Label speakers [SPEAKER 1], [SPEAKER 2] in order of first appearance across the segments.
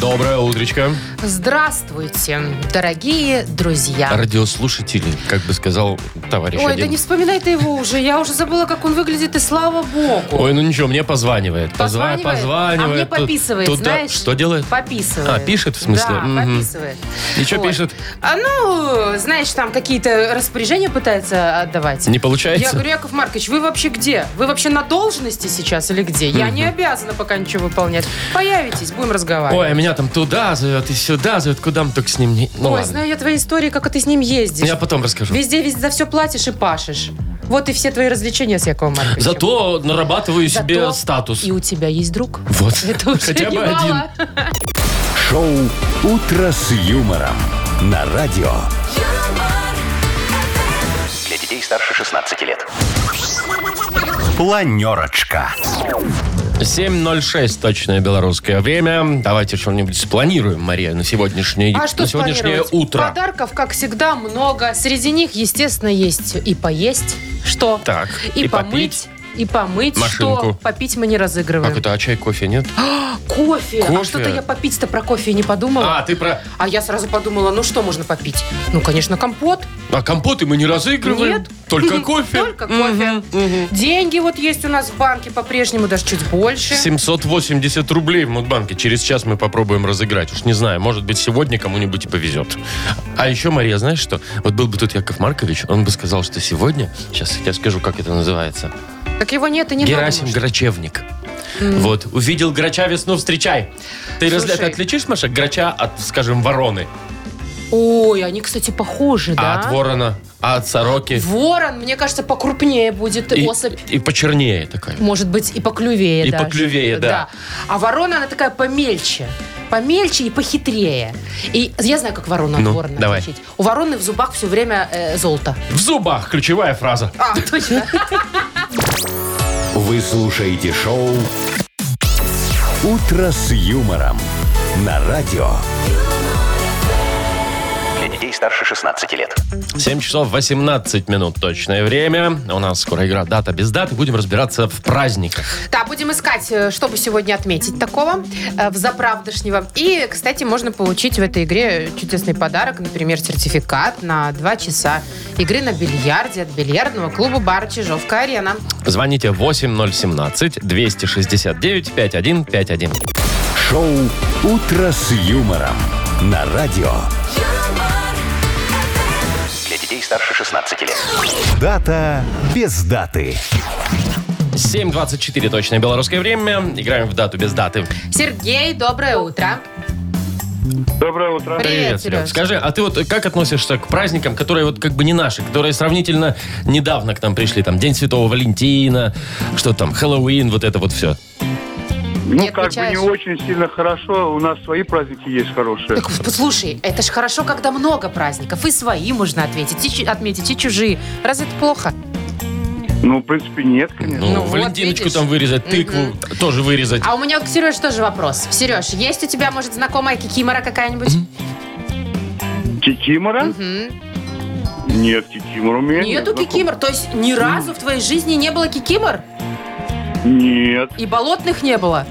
[SPEAKER 1] Доброе утречко.
[SPEAKER 2] Здравствуйте, дорогие друзья.
[SPEAKER 1] Радиослушатели, как бы сказал товарищ
[SPEAKER 2] А. Ой,
[SPEAKER 1] один.
[SPEAKER 2] да не вспоминай ты его уже. Я уже забыла, как он выглядит, и слава богу.
[SPEAKER 1] Ой, ну ничего, мне позванивает. Позва-
[SPEAKER 2] Позванивает,
[SPEAKER 1] Позванивает.
[SPEAKER 2] А мне
[SPEAKER 1] Тут-
[SPEAKER 2] пописывает,
[SPEAKER 1] тут, да,
[SPEAKER 2] знаешь?
[SPEAKER 1] Что делает?
[SPEAKER 2] Пописывает.
[SPEAKER 1] А, пишет, в смысле?
[SPEAKER 2] Да,
[SPEAKER 1] Мгм.
[SPEAKER 2] пописывает.
[SPEAKER 1] И чё пишет?
[SPEAKER 2] А ну, знаешь, там какие-то распоряжения пытается отдавать.
[SPEAKER 1] Не
[SPEAKER 2] Я
[SPEAKER 1] получается?
[SPEAKER 2] говорю, Яков Маркович, вы вообще где? Вы вообще на должности сейчас или где? Я не обязана пока ничего выполнять. Появитесь, будем разговаривать.
[SPEAKER 1] Ой, а меня там туда зовет и сюда зовет, куда мы только с ним не... Ну
[SPEAKER 2] Ой,
[SPEAKER 1] ладно,
[SPEAKER 2] знаю я твои истории, как ты с ним ездишь.
[SPEAKER 1] я потом расскажу.
[SPEAKER 2] Везде, везде за все платишь и пашешь. Вот и все твои развлечения с Яковом Марковичем.
[SPEAKER 1] Зато нарабатываю
[SPEAKER 2] Зато
[SPEAKER 1] себе статус.
[SPEAKER 2] И у тебя есть друг.
[SPEAKER 1] Вот,
[SPEAKER 2] Это уже
[SPEAKER 1] хотя бы
[SPEAKER 2] немало.
[SPEAKER 1] один.
[SPEAKER 3] Шоу «Утро с юмором» на радио. Для детей старше 16 лет. Планерочка.
[SPEAKER 1] 7.06 точное белорусское время. Давайте что-нибудь спланируем, Мария, на сегодняшнее,
[SPEAKER 2] А что
[SPEAKER 1] на сегодняшнее
[SPEAKER 2] спланировать?
[SPEAKER 1] утро.
[SPEAKER 2] Подарков, как всегда, много. Среди них, естественно, есть и поесть, что?
[SPEAKER 1] Так,
[SPEAKER 2] И,
[SPEAKER 1] и
[SPEAKER 2] помыть. И помыть,
[SPEAKER 1] Машинку.
[SPEAKER 2] что попить мы не разыгрываем.
[SPEAKER 1] Как это, а чай, кофе нет?
[SPEAKER 2] Кофе.
[SPEAKER 1] Кофе?
[SPEAKER 2] А что-то я попить-то про кофе не подумала.
[SPEAKER 1] А, ты про...
[SPEAKER 2] А я сразу подумала, ну что можно попить? Ну, конечно, компот.
[SPEAKER 1] А компоты мы не разыгрываем?
[SPEAKER 2] Нет.
[SPEAKER 1] Только кофе?
[SPEAKER 2] Только кофе. Деньги вот есть у нас в банке по-прежнему, даже чуть больше.
[SPEAKER 1] 780 рублей в Мудбанке. Через час мы попробуем разыграть. Уж не знаю, может быть, сегодня кому-нибудь и повезет. А еще, Мария, знаешь что? Вот был бы тут Яков Маркович, он бы сказал, что сегодня... Сейчас я тебе скажу, как это называется.
[SPEAKER 2] Так его нет и не
[SPEAKER 1] Герасим
[SPEAKER 2] надо. может.
[SPEAKER 1] Грачевник. Вот, увидел Грача весну, встречай. Ты, раз-
[SPEAKER 2] Слушай.
[SPEAKER 1] ты отличишь, Маша, Грача от, скажем, вороны?
[SPEAKER 2] Ой, они, кстати, похожи, да?
[SPEAKER 1] А от ворона? А от сороки?
[SPEAKER 2] Ворон, мне кажется, покрупнее будет
[SPEAKER 1] И,
[SPEAKER 2] особь.
[SPEAKER 1] и почернее такая.
[SPEAKER 2] Может быть, и поклювее
[SPEAKER 1] И
[SPEAKER 2] даже.
[SPEAKER 1] поклювее, да.
[SPEAKER 2] А ворона, она такая помельче. Помельче и похитрее. И я знаю, как ворону от
[SPEAKER 1] Ну,
[SPEAKER 2] ворона
[SPEAKER 1] давай.
[SPEAKER 2] отличить. У вороны в зубах все время э, золото.
[SPEAKER 1] В зубах ключевая фраза.
[SPEAKER 2] А, точно.
[SPEAKER 3] Вы слушаете шоу «Утро с юмором» на радио. Для детей старше 16 лет.
[SPEAKER 1] 7 часов 18 минут точное время. У нас скоро игра «Дата без даты». Будем разбираться в праздниках.
[SPEAKER 2] Да, будем искать, э, что бы сегодня отметить такого э, в заправдышнего. И, кстати, можно получить в этой игре чудесный подарок, например, сертификат на 2 часа игры на бильярде от бильярдного клуба бара «Чижовка-арена».
[SPEAKER 1] Звоните 8017-269-5151.
[SPEAKER 3] Шоу «Утро с юмором» на радио. Для детей старше 16 лет. Дата без даты.
[SPEAKER 1] 7.24 точное белорусское время. Играем в «Дату без даты».
[SPEAKER 2] Сергей, доброе утро.
[SPEAKER 4] Доброе утро.
[SPEAKER 2] Привет,
[SPEAKER 1] Серёг.
[SPEAKER 2] Сереж.
[SPEAKER 1] Скажи, а ты вот как относишься к праздникам, которые вот как бы не наши, которые сравнительно недавно к нам пришли? Там День Святого Валентина, что там, Хэллоуин, вот это вот все.
[SPEAKER 4] Ну,
[SPEAKER 2] Не
[SPEAKER 4] как
[SPEAKER 2] отмечаешь?
[SPEAKER 4] бы не очень сильно хорошо. У нас свои праздники есть хорошие.
[SPEAKER 2] Так, послушай, это ж хорошо, когда много праздников. И свои можно ответить, и, чу- отметить, и чужие. Разве это плохо?
[SPEAKER 4] Ну, в принципе, нет, конечно.
[SPEAKER 1] Ну,
[SPEAKER 2] Ну, вот
[SPEAKER 1] Валентиночку
[SPEAKER 2] видишь.
[SPEAKER 1] там вырезать, тыкву тоже вырезать.
[SPEAKER 2] А у меня к Сереже тоже вопрос. Сереж, есть у тебя, может, знакомая кикимора какая-нибудь?
[SPEAKER 4] Кикимора?
[SPEAKER 2] Мгм.
[SPEAKER 4] Нет, кикимора у меня
[SPEAKER 2] Нету
[SPEAKER 4] знакомых.
[SPEAKER 2] кикимор? То есть ни разу в твоей жизни не было кикимор?
[SPEAKER 4] Нет,
[SPEAKER 2] И болотных не было?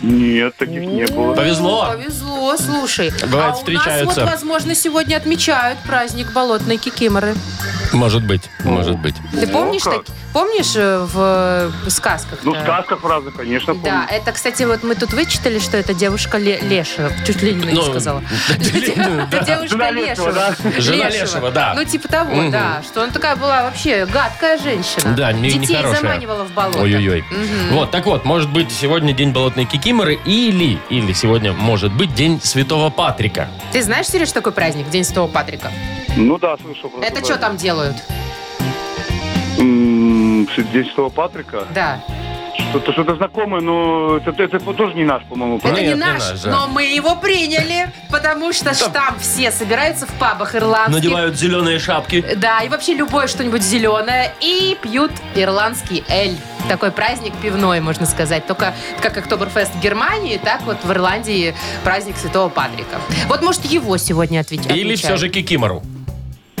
[SPEAKER 4] нет, таких не
[SPEAKER 2] А,
[SPEAKER 4] было.
[SPEAKER 1] Повезло.
[SPEAKER 2] О, Повезло, слушай.
[SPEAKER 1] Бывает,
[SPEAKER 2] а у нас
[SPEAKER 1] встречаются.
[SPEAKER 2] вот, возможно, сегодня отмечают праздник болотной кикиморы.
[SPEAKER 1] Может быть, может быть.
[SPEAKER 2] Ты
[SPEAKER 4] О,
[SPEAKER 2] помнишь
[SPEAKER 4] Ну, как.
[SPEAKER 2] таки- Помнишь э, в э, сказках?
[SPEAKER 4] Ну,
[SPEAKER 2] э,
[SPEAKER 4] сказка фраза, конечно, помню.
[SPEAKER 2] Да, это, кстати, вот мы тут вычитали, что это девушка Ле- Лешего. Чуть ли не
[SPEAKER 1] Ну,
[SPEAKER 2] сказала.
[SPEAKER 1] да.
[SPEAKER 2] Девушка
[SPEAKER 4] Жена Лешего,
[SPEAKER 2] Лешего.
[SPEAKER 4] да?
[SPEAKER 1] Жена Лешего, да.
[SPEAKER 2] Ну, типа того,
[SPEAKER 1] Мгм.
[SPEAKER 2] да. Что она такая была вообще гадкая женщина.
[SPEAKER 1] Да, не-
[SPEAKER 2] Детей
[SPEAKER 1] нехорошая.
[SPEAKER 2] заманивала в болото.
[SPEAKER 1] Ой-ой-ой.
[SPEAKER 2] Мгм.
[SPEAKER 1] Вот, так вот, может быть, сегодня день болотной кикиморы или, или сегодня может быть день Святого Патрика.
[SPEAKER 2] Ты знаешь, Сереж, такой праздник? День Святого Патрика.
[SPEAKER 4] Ну да, слышал. про
[SPEAKER 2] Это
[SPEAKER 4] такое.
[SPEAKER 2] что там делают?
[SPEAKER 4] М, День Святого Патрика?
[SPEAKER 2] Да.
[SPEAKER 4] Что-то что-то знакомое, но это, это тоже не наш, по-моему.
[SPEAKER 2] Это
[SPEAKER 4] правильно?
[SPEAKER 2] не
[SPEAKER 1] Нет, не
[SPEAKER 2] наш,
[SPEAKER 1] наш, да.
[SPEAKER 2] но мы его приняли, потому что штамп все собираются в пабах ирландских.
[SPEAKER 1] Надевают зеленые шапки.
[SPEAKER 2] Да, и вообще любое что-нибудь зеленое. И пьют ирландский эль. Такой праздник пивной, можно сказать. Только как Октоберфест в Германии, так вот в Ирландии праздник Святого Патрика. Вот, может, его сегодня отвеч- отмечают.
[SPEAKER 1] Или все же кикимору.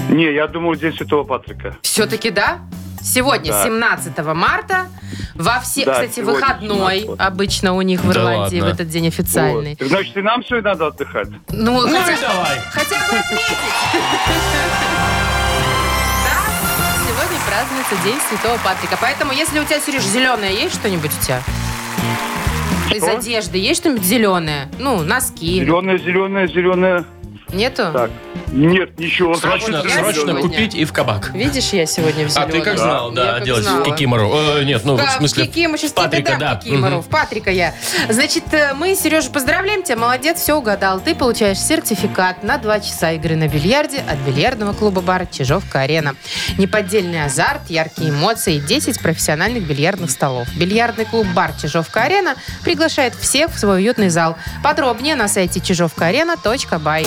[SPEAKER 4] Не, я думаю, День Святого Патрика.
[SPEAKER 2] Все-таки да? Сегодня,
[SPEAKER 4] Да.
[SPEAKER 2] 17 марта, во все,
[SPEAKER 4] Да,
[SPEAKER 2] кстати,
[SPEAKER 4] сегодня
[SPEAKER 2] выходной
[SPEAKER 4] 17.
[SPEAKER 2] обычно у них в
[SPEAKER 1] Да
[SPEAKER 2] Ирландии
[SPEAKER 1] ладно.
[SPEAKER 2] в этот день официальный.
[SPEAKER 4] Вот. Значит, и нам сегодня надо отдыхать.
[SPEAKER 1] Ну
[SPEAKER 2] Ну, хотя,
[SPEAKER 1] и давай.
[SPEAKER 2] хотя бы отметить. Да, сегодня празднуется День Святого Патрика. Поэтому, если у тебя, Сереж, зеленое есть что-нибудь у тебя? Из
[SPEAKER 4] Что?
[SPEAKER 2] одежды есть что-нибудь зеленое? Ну, носки.
[SPEAKER 4] Зеленая, зеленая, зеленая.
[SPEAKER 2] Нету?
[SPEAKER 4] Так. Нет, ничего.
[SPEAKER 1] Срочно,
[SPEAKER 2] вот я
[SPEAKER 1] срочно
[SPEAKER 2] сегодня.
[SPEAKER 1] купить и в кабак.
[SPEAKER 2] Видишь, я сегодня в
[SPEAKER 1] А
[SPEAKER 2] зеленом.
[SPEAKER 1] ты как знал, да,
[SPEAKER 2] Я как
[SPEAKER 1] оделась в
[SPEAKER 2] знала.
[SPEAKER 1] кикимору. Э, нет, ну в
[SPEAKER 2] Да,
[SPEAKER 1] смысле.
[SPEAKER 2] в Кикимору, сейчас
[SPEAKER 1] Патрика,
[SPEAKER 2] тебе дам
[SPEAKER 1] да.
[SPEAKER 2] Кикимору.
[SPEAKER 1] Мгм.
[SPEAKER 2] В Патрика я. Значит, э, мы, Сережа, поздравляем тебя, молодец, все угадал. Ты получаешь сертификат на 2 часа игры на бильярде от бильярдного клуба бара «Чижовка-арена». Неподдельный азарт, яркие эмоции и 10 профессиональных бильярдных столов. Бильярдный клуб бар «Чижовка-арена» приглашает всех в свой уютный зал. Подробнее на сайте чижовкаарена.бай.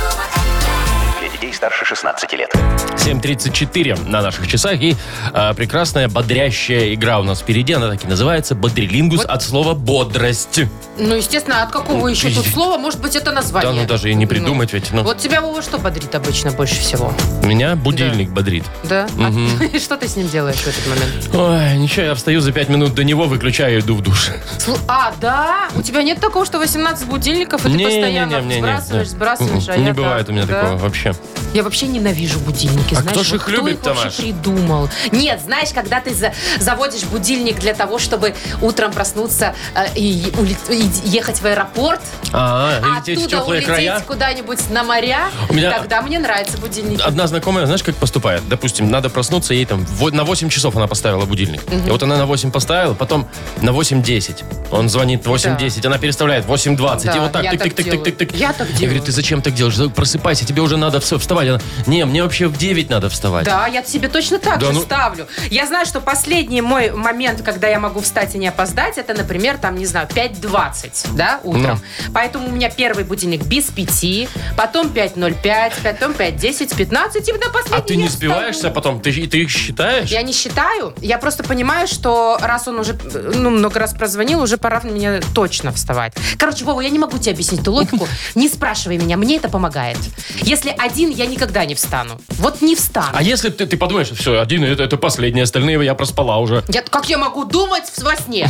[SPEAKER 3] Для детей старше 16 лет.
[SPEAKER 1] 7.34 на наших часах. И а, прекрасная бодрящая игра у нас впереди. Она так и называется. Бодрилингус от слова бодрость.
[SPEAKER 2] Ну, естественно, от какого еще тут слова? Может быть, это название?
[SPEAKER 1] Да, ну даже и не придумать ведь. Ну,
[SPEAKER 2] Вот тебя, Вова, что бодрит обычно больше всего?
[SPEAKER 1] меня будильник бодрит.
[SPEAKER 2] Да? А и что ты с ним делаешь в этот момент?
[SPEAKER 1] Ой, ничего, я встаю за 5 минут до него, выключаю и иду в душ.
[SPEAKER 2] Слу- А, да? У тебя нет такого, что 18 будильников, и ты постоянно
[SPEAKER 1] Не-не-не-не-не.
[SPEAKER 2] сбрасываешь, сбрасываешь, а
[SPEAKER 1] Не
[SPEAKER 2] я
[SPEAKER 1] бывает
[SPEAKER 2] да,
[SPEAKER 1] у меня
[SPEAKER 2] да.
[SPEAKER 1] такого вообще.
[SPEAKER 2] Я вообще ненавижу будильники,
[SPEAKER 1] А
[SPEAKER 2] знаешь?
[SPEAKER 1] кто ж их
[SPEAKER 2] вот кто
[SPEAKER 1] любит,
[SPEAKER 2] их вообще
[SPEAKER 1] Тамаш?
[SPEAKER 2] придумал? Нет, знаешь, когда ты за- заводишь будильник для того, чтобы утром проснуться э, и, улет- и ехать в аэропорт,
[SPEAKER 1] А,
[SPEAKER 2] а
[SPEAKER 1] лететь в
[SPEAKER 2] оттуда
[SPEAKER 1] теплые
[SPEAKER 2] улететь
[SPEAKER 1] края.
[SPEAKER 2] куда-нибудь на моря,
[SPEAKER 1] У меня-
[SPEAKER 2] тогда мне нравятся будильники.
[SPEAKER 1] Одна знакомая, знаешь, как поступает? Допустим, надо проснуться, ей там во- на 8 часов она поставила будильник. И вот она на 8 поставила, потом на 8.10. Он звонит 8.10, она переставляет 8.20. и
[SPEAKER 2] Да,
[SPEAKER 1] вот так,
[SPEAKER 2] я так
[SPEAKER 1] тык-тык-тык-тык-тык.
[SPEAKER 2] делаю. Я так делаю.
[SPEAKER 1] говорю, ты зачем так делаешь? Да Просыпайся, тебе уже надо все вставать. Она, не, мне вообще в 9 надо вставать.
[SPEAKER 2] Да, я себе точно так
[SPEAKER 1] Да
[SPEAKER 2] же
[SPEAKER 1] ну.
[SPEAKER 2] ставлю. Я знаю, что последний мой момент, когда я могу встать и не опоздать, это, например, там, не знаю, 5.20, да, утром.
[SPEAKER 1] Ну.
[SPEAKER 2] Поэтому у меня первый будильник без пяти, потом 5.05, потом 5.10, 15, и на последний
[SPEAKER 1] А ты не
[SPEAKER 2] я встаю.
[SPEAKER 1] сбиваешься потом? Ты, ты их считаешь?
[SPEAKER 2] Я не считаю, я просто понимаю, что раз он уже ну, много раз прозвонил, уже пора мне точно вставать. Короче, Вова, я не могу тебе объяснить эту логику. Не спрашивай меня, мне это помогает. Если один, я никогда не встану. Вот не встану.
[SPEAKER 1] А если ты, ты подумаешь, все, один это, это последний, остальные я проспала уже.
[SPEAKER 2] Я, как я могу думать в- во сне?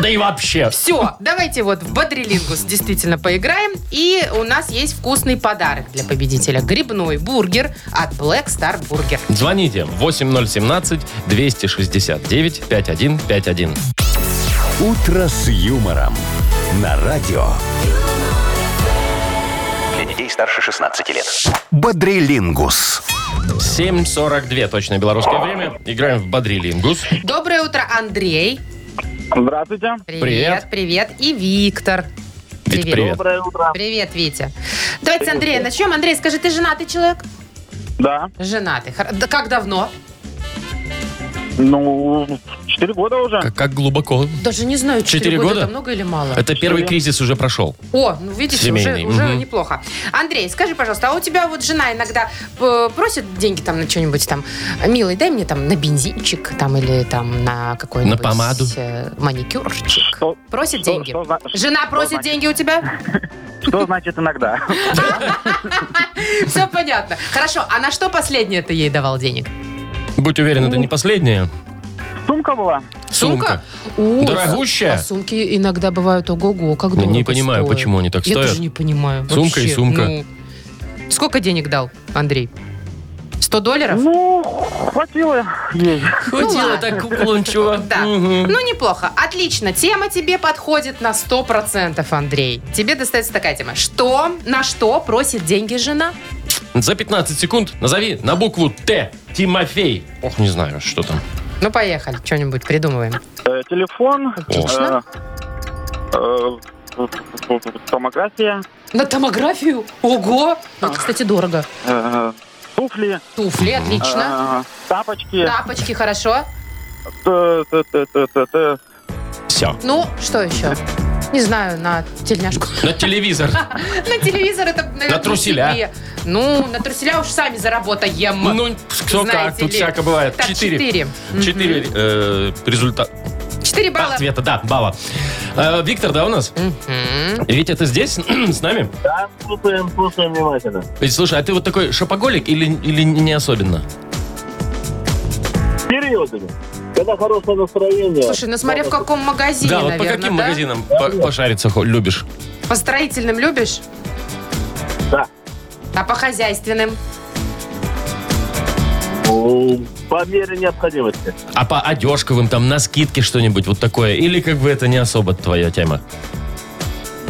[SPEAKER 1] Да и вообще.
[SPEAKER 2] Все, давайте вот в Бодрилингус действительно поиграем. И у нас есть вкусный подарок для победителя. Грибной бургер от Black Star Burger.
[SPEAKER 1] Звоните 8017-269-5151.
[SPEAKER 3] «Утро с юмором» на радио.
[SPEAKER 5] Для детей старше 16 лет.
[SPEAKER 3] Бодрилингус.
[SPEAKER 1] 7.42, точное белорусское время. Играем в Бодрилингус.
[SPEAKER 2] Доброе утро, Андрей.
[SPEAKER 4] Здравствуйте.
[SPEAKER 1] Привет.
[SPEAKER 2] Привет, привет. И Виктор.
[SPEAKER 1] Вить, привет.
[SPEAKER 4] Доброе утро.
[SPEAKER 2] Привет, Витя. Давайте с Андрея начнем. Андрей, скажи, ты женатый человек?
[SPEAKER 4] Да.
[SPEAKER 2] Женатый. Хор- Да как давно?
[SPEAKER 4] Ну, 4 года уже.
[SPEAKER 1] Как, как глубоко?
[SPEAKER 2] Даже не знаю, четыре
[SPEAKER 1] Четыре года?
[SPEAKER 2] это много или мало.
[SPEAKER 1] Это первый кризис уже прошел.
[SPEAKER 2] О, ну видите, уже,
[SPEAKER 1] Семейный,
[SPEAKER 2] уже
[SPEAKER 1] мгм.
[SPEAKER 2] неплохо. Андрей, скажи, пожалуйста, а у тебя вот жена иногда э, просит деньги там на что-нибудь там, милый, дай мне там на бензинчик там или там на какой-нибудь...
[SPEAKER 1] На помаду.
[SPEAKER 2] э, маникюрчик.
[SPEAKER 6] Что-
[SPEAKER 2] Просит
[SPEAKER 6] что-
[SPEAKER 2] деньги.
[SPEAKER 6] что за- что-
[SPEAKER 2] Жена
[SPEAKER 6] что
[SPEAKER 2] просит
[SPEAKER 6] значит-
[SPEAKER 2] деньги у тебя?
[SPEAKER 6] Что значит иногда?
[SPEAKER 2] Все понятно. Хорошо, а на что последнее ты ей давал денег?
[SPEAKER 1] Будь уверен, это не последняя
[SPEAKER 6] Сумка была?
[SPEAKER 1] сумка.
[SPEAKER 2] О,
[SPEAKER 1] Дорогущая? Ну,
[SPEAKER 2] А сумки иногда бывают ого-го, как
[SPEAKER 1] Не
[SPEAKER 2] дорого
[SPEAKER 1] понимаю,
[SPEAKER 2] стоят.
[SPEAKER 1] почему они так
[SPEAKER 2] Я
[SPEAKER 1] стоят.
[SPEAKER 2] тоже не понимаю.
[SPEAKER 1] Сумка и
[SPEAKER 2] вообще,
[SPEAKER 1] сумка.
[SPEAKER 2] ну. Сколько денег дал, Андрей? 100 долларов?
[SPEAKER 6] Ну, хватило ей.
[SPEAKER 1] Хватило
[SPEAKER 2] ладно.
[SPEAKER 1] так уклончиво.
[SPEAKER 2] Да.
[SPEAKER 1] Мгм.
[SPEAKER 2] Ну, неплохо. Отлично. Тема тебе подходит на 100%, Андрей. Тебе достается такая тема. Что, на что просит деньги жена?
[SPEAKER 1] За 15 секунд назови на букву Т. Тимофей. Ох, не знаю, что там.
[SPEAKER 2] Ну, поехали. Что-нибудь придумываем.
[SPEAKER 6] Э, Телефон.
[SPEAKER 2] Отлично.
[SPEAKER 6] э, э, Томография.
[SPEAKER 2] На томографию? Ого! Это, кстати, дорого.
[SPEAKER 6] э, туфли,
[SPEAKER 2] Туфли, отлично.
[SPEAKER 6] э,
[SPEAKER 4] А.
[SPEAKER 6] тапочки.
[SPEAKER 2] Тапочки, хорошо.
[SPEAKER 6] Т- т- т- т- т- т.
[SPEAKER 1] Все.
[SPEAKER 2] Ну, что еще? Не знаю, на тельняшку.
[SPEAKER 1] На телевизор.
[SPEAKER 2] На телевизор это, наверное,
[SPEAKER 1] На труселя.
[SPEAKER 2] себе. Ну, на труселя уж сами заработаем.
[SPEAKER 1] Ну, кто как,
[SPEAKER 2] Знаете
[SPEAKER 1] тут
[SPEAKER 2] ли.
[SPEAKER 1] всяко бывает.
[SPEAKER 2] Так,
[SPEAKER 1] Четыре.
[SPEAKER 2] четыре.
[SPEAKER 1] Четыре э, результата.
[SPEAKER 2] Четыре балла.
[SPEAKER 1] Ответа, да, балла. Э, Виктор, да, у нас? Витя, ты здесь с нами?
[SPEAKER 6] Да, слушаем, слушаем внимательно.
[SPEAKER 1] Ведь, слушай, а ты вот такой шопоголик или, или не особенно?
[SPEAKER 6] Периодами. Когда хорошее настроение.
[SPEAKER 2] Слушай, ну смотря в каком магазине,
[SPEAKER 1] да, вот
[SPEAKER 2] наверное,
[SPEAKER 1] по каким
[SPEAKER 2] да?
[SPEAKER 1] магазинам по- пошариться хо- любишь?
[SPEAKER 2] По строительным любишь?
[SPEAKER 6] Да.
[SPEAKER 2] А по хозяйственным?
[SPEAKER 6] Ну, По мере необходимости.
[SPEAKER 1] А по одежковым, там, на скидке что-нибудь вот такое? Или как бы это не особо твоя тема?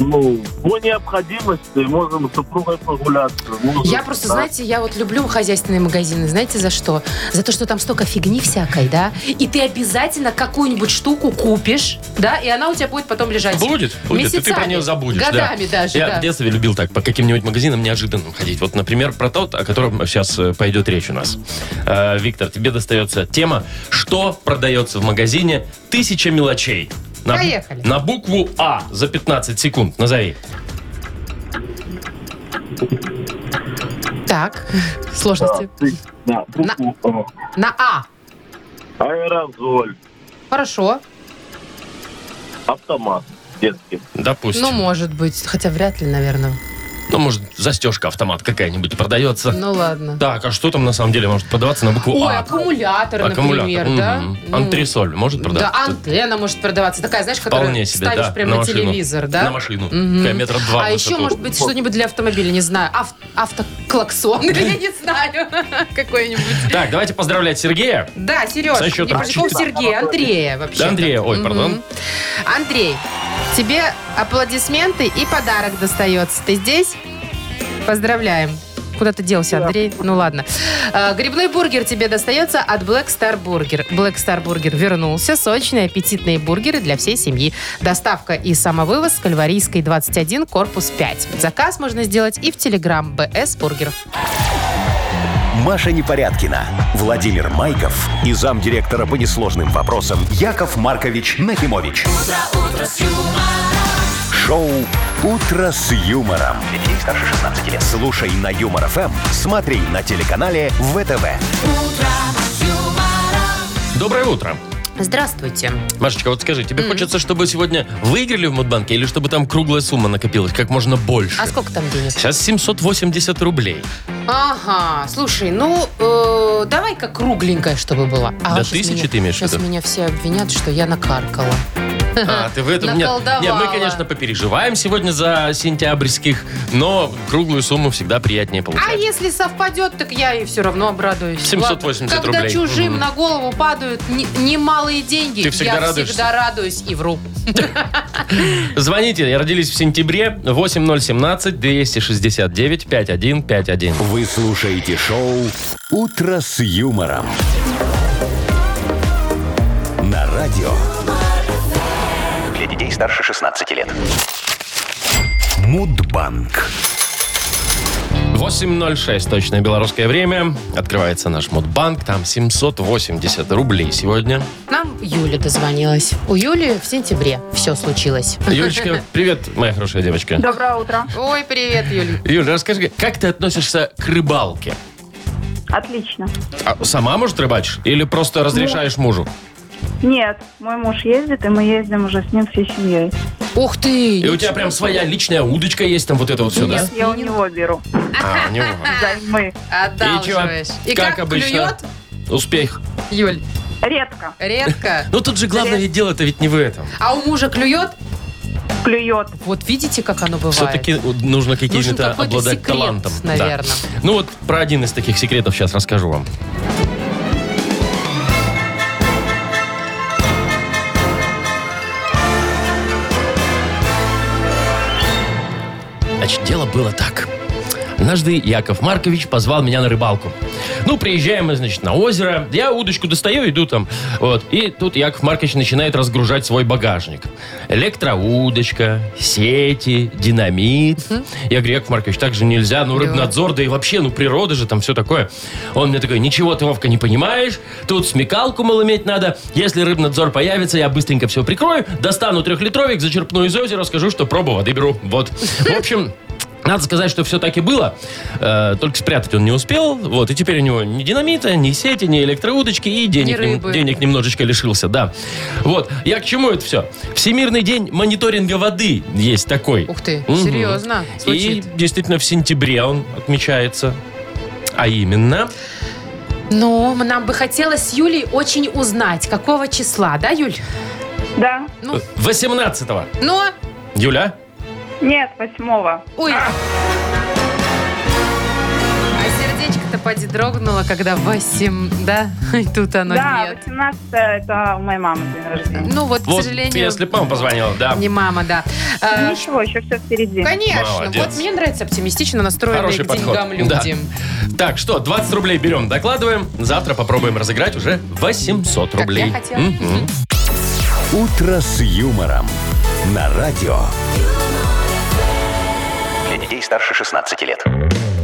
[SPEAKER 6] Ну, по необходимости можем с супругой прогуляться. можем,
[SPEAKER 2] Я просто,
[SPEAKER 6] да.
[SPEAKER 2] знаете, я вот люблю хозяйственные магазины. Знаете, за что? За то, что там столько фигни всякой, да? И ты обязательно какую-нибудь штуку купишь, да? И она у тебя будет потом лежать.
[SPEAKER 1] Будет, будет, и ты
[SPEAKER 2] Месяцами,
[SPEAKER 1] про нее забудешь. да.
[SPEAKER 2] Годами даже,
[SPEAKER 1] Я
[SPEAKER 2] да.
[SPEAKER 1] в детстве любил так, по каким-нибудь магазинам неожиданным ходить. Вот, например, про тот, о котором сейчас э, пойдет речь у нас. Э, Виктор, тебе достается тема «Что продается в магазине? Тысяча мелочей». На,
[SPEAKER 2] Поехали.
[SPEAKER 1] На букву А за 15 секунд. Назови.
[SPEAKER 2] Так, сложности.
[SPEAKER 6] Да,
[SPEAKER 2] На- На А.
[SPEAKER 6] Аэрозоль,
[SPEAKER 2] Хорошо.
[SPEAKER 6] автомат детский.
[SPEAKER 1] Допустим.
[SPEAKER 2] Ну,
[SPEAKER 1] Ну,
[SPEAKER 2] может быть. Хотя вряд ли, наверное.
[SPEAKER 1] может, застежка автомат какая-нибудь продается.
[SPEAKER 2] Ну, ладно.
[SPEAKER 1] Так, а что там на самом деле может продаваться на букву
[SPEAKER 2] Ой,
[SPEAKER 1] А?
[SPEAKER 2] аккумулятор, например,
[SPEAKER 1] Мгм.
[SPEAKER 2] да? Ну,
[SPEAKER 1] Антресоль может
[SPEAKER 2] Да,
[SPEAKER 1] продаваться?
[SPEAKER 2] антенна может продаваться. Такая, знаешь,
[SPEAKER 1] Вполне
[SPEAKER 2] которую
[SPEAKER 1] себе,
[SPEAKER 2] ставишь
[SPEAKER 1] да. ну,
[SPEAKER 2] прямо на, телевизор, да?
[SPEAKER 1] На машину.
[SPEAKER 2] Мгм.
[SPEAKER 1] Такая метра ну, два.
[SPEAKER 2] А
[SPEAKER 1] в
[SPEAKER 2] еще,
[SPEAKER 1] высоту.
[SPEAKER 2] может быть, что-нибудь для автомобиля, не знаю. Ав- автоклаксон, я не знаю. Какой-нибудь.
[SPEAKER 1] Так, давайте поздравлять Сергея.
[SPEAKER 2] Да, Сереж,
[SPEAKER 1] Со
[SPEAKER 2] не
[SPEAKER 1] счетом
[SPEAKER 2] Поздняков,
[SPEAKER 1] четыре.
[SPEAKER 2] Сергея, Андрея вообще.
[SPEAKER 1] Да, Андрея, ой, пардон.
[SPEAKER 2] Андрей, тебе аплодисменты и подарок достается. Ты здесь? Поздравляем. Куда ты делся, Андрей? Ну ладно. Э, Грибной бургер тебе достается от Black Star Burger. Black Star Burger вернулся. Сочные, аппетитные бургеры для всей семьи. Доставка и самовывоз с Кальварийской 21, корпус 5. Заказ можно сделать и в Telegram BS Бургер.
[SPEAKER 3] Маша Непорядкина, Владимир Майков и замдиректора по несложным вопросам Яков Маркович Нахимович. Шоу Утро с юмором. Для детей старше 16 лет. Слушай на юмор ФМ, смотри на телеканале ВТВ.
[SPEAKER 1] Доброе утро.
[SPEAKER 2] Здравствуйте.
[SPEAKER 1] Машечка, вот скажи, тебе хочется, чтобы сегодня выиграли в Мудбанке или чтобы там круглая сумма накопилась как можно больше?
[SPEAKER 2] А сколько там денег?
[SPEAKER 1] Сейчас 780 рублей.
[SPEAKER 2] Ага, слушай, ну э, давай-ка кругленькая, чтобы была. А
[SPEAKER 1] До
[SPEAKER 2] щас
[SPEAKER 1] тысячи
[SPEAKER 2] меня-
[SPEAKER 1] ты имеешь в
[SPEAKER 2] щас
[SPEAKER 1] виду?
[SPEAKER 2] меня все обвинят, что я накаркала.
[SPEAKER 1] А, ты в этом нет.
[SPEAKER 2] Наколдовала.
[SPEAKER 1] Нет, мы, конечно, попереживаем сегодня за сентябрьских, но круглую сумму всегда приятнее
[SPEAKER 2] А
[SPEAKER 1] получать.
[SPEAKER 2] если совпадет, так я и все равно обрадуюсь.
[SPEAKER 1] 780
[SPEAKER 2] Ладно, Когда
[SPEAKER 1] рублей.
[SPEAKER 2] чужим
[SPEAKER 1] Мгм.
[SPEAKER 2] на голову падают не- немалые деньги,
[SPEAKER 1] Ты всегда
[SPEAKER 2] я
[SPEAKER 1] радуешься.
[SPEAKER 2] всегда радуюсь и вру.
[SPEAKER 1] Звоните, родились в сентябре 8017 269 5151.
[SPEAKER 3] Вы слушаете шоу Утро с юмором. На радио
[SPEAKER 5] Для детей старше 16 лет.
[SPEAKER 3] Мудбанк.
[SPEAKER 1] 8.06, точное белорусское время. Открывается наш Мудбанк. Там 780 рублей сегодня.
[SPEAKER 2] Нам Юля дозвонилась. У Юли в сентябре все случилось.
[SPEAKER 1] Юлечка, привет, моя хорошая девочка.
[SPEAKER 7] Доброе утро.
[SPEAKER 2] Ой, привет, Юль.
[SPEAKER 1] Юль, расскажи, как ты относишься к рыбалке?
[SPEAKER 7] Отлично.
[SPEAKER 1] А сама, может, рыбачишь? Или просто разрешаешь мужу?
[SPEAKER 7] Нет, мой муж ездит, и мы ездим уже с ним всей семьей.
[SPEAKER 2] Ух ты!
[SPEAKER 1] И у тебя прям своя личная удочка есть, там вот это вот все, да?
[SPEAKER 7] Нет, я у него беру.
[SPEAKER 1] А, у него.
[SPEAKER 7] Взаймы.
[SPEAKER 2] Одалживаешь.
[SPEAKER 1] И чё, как обычно?
[SPEAKER 2] клюет,
[SPEAKER 1] Успех.
[SPEAKER 2] Юль?
[SPEAKER 7] Редко
[SPEAKER 2] Редко.
[SPEAKER 1] Ну тут же главное ведь дело-то ведь не в этом.
[SPEAKER 2] А у мужа клюет?
[SPEAKER 7] клюет.
[SPEAKER 2] Вот видите, как оно бывает.
[SPEAKER 1] Все-таки э, нужно
[SPEAKER 2] Нужен
[SPEAKER 1] каким-то
[SPEAKER 2] какой-то
[SPEAKER 1] обладать
[SPEAKER 2] секрет,
[SPEAKER 1] талантом. Да.
[SPEAKER 2] наверное.
[SPEAKER 1] Ну вот про один из таких секретов сейчас расскажу вам. Значит, дело было так. Однажды Яков Маркович позвал меня на рыбалку. Ну, приезжаем мы, значит, на озеро. Я удочку достаю, иду там. Вот. И тут Яков Маркович начинает разгружать свой багажник. Электроудочка, сети, динамит. Я говорю, Яков Маркович, так же нельзя. Ну, рыбнадзор, да и вообще, ну, природа же, там все такое. Он мне такой, ничего ты, Вовка, не понимаешь. Тут смекалку малометь надо. Если рыбнадзор появится, я быстренько все прикрою. Достану трехлитровик, зачерпну из озера, скажу, что пробу воды беру. Вот. В общем... Надо сказать, что все так и было. Э, только спрятать он не успел. Вот, и теперь у него ни динамита, ни сети, ни электроудочки, и денег,
[SPEAKER 2] Ни
[SPEAKER 1] нем-
[SPEAKER 2] рыбы.
[SPEAKER 1] денег немножечко лишился, да. Вот. Я к чему это все? Всемирный день мониторинга воды есть такой.
[SPEAKER 2] Ух ты,
[SPEAKER 1] Мгм.
[SPEAKER 2] серьезно?
[SPEAKER 1] И
[SPEAKER 2] Звучит.
[SPEAKER 1] действительно в сентябре он отмечается. А именно,
[SPEAKER 2] Ну, нам бы хотелось с Юлей очень узнать, какого числа, да, Юль?
[SPEAKER 7] Да.
[SPEAKER 2] Ну,
[SPEAKER 1] 18-го.
[SPEAKER 2] но...
[SPEAKER 1] э, Юля?
[SPEAKER 7] Нет, восьмого.
[SPEAKER 2] Ой. А сердечко-то поди дрогнуло, когда 8, да? И тут оно
[SPEAKER 7] да,
[SPEAKER 2] Ну нет.
[SPEAKER 7] 18 это у моей мамы день рождения.
[SPEAKER 2] Ну вот,
[SPEAKER 1] Вот
[SPEAKER 2] к сожалению...
[SPEAKER 1] если бы мама позвонила, да.
[SPEAKER 2] Не мама, да. Э,
[SPEAKER 7] Ничего, еще все впереди.
[SPEAKER 2] Конечно,
[SPEAKER 1] Молодец.
[SPEAKER 2] вот мне нравится оптимистично настроенные
[SPEAKER 1] Хороший
[SPEAKER 2] к
[SPEAKER 1] подход.
[SPEAKER 2] деньгам люди.
[SPEAKER 1] Да. Так, что, 20 рублей берем, докладываем. Завтра попробуем разыграть уже 800
[SPEAKER 2] Как
[SPEAKER 1] рублей.
[SPEAKER 2] я хотела.
[SPEAKER 1] Мгм.
[SPEAKER 3] «Утро с юмором» на радио.
[SPEAKER 5] Для детей старше 16 лет.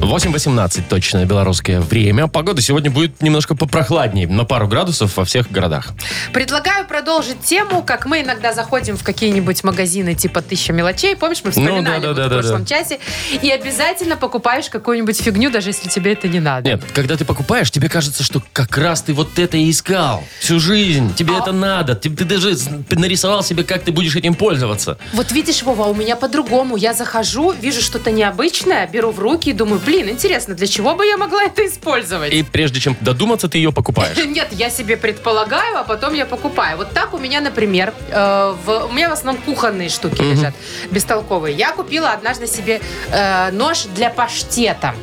[SPEAKER 1] 8.18 точное белорусское время. Погода сегодня будет немножко попрохладнее, на пару градусов во всех городах.
[SPEAKER 2] Предлагаю продолжить тему, как мы иногда заходим в какие-нибудь магазины типа «Тысяча мелочей». Помнишь, мы вспоминали
[SPEAKER 1] Ну да,
[SPEAKER 2] вот
[SPEAKER 1] да,
[SPEAKER 2] в
[SPEAKER 1] да,
[SPEAKER 2] прошлом
[SPEAKER 1] да.
[SPEAKER 2] часе. И обязательно покупаешь какую-нибудь фигню, даже если тебе это не надо.
[SPEAKER 1] Нет, когда ты покупаешь, тебе кажется, что как раз ты вот это и искал всю жизнь. Тебе это надо. Ты, ты даже с- нарисовал себе, как ты будешь этим пользоваться.
[SPEAKER 2] Вот видишь, Вова, у меня по-другому. Я захожу, вижу что-то необычное, беру в руки и думаю, блин, интересно, для чего бы я могла это использовать?
[SPEAKER 1] И прежде чем додуматься, ты ее покупаешь.
[SPEAKER 2] Нет, я себе предполагаю, а потом я покупаю. Вот так у меня, например, э, в- у меня в основном кухонные штуки лежат, бестолковые. Я купила однажды себе э, нож для паштета.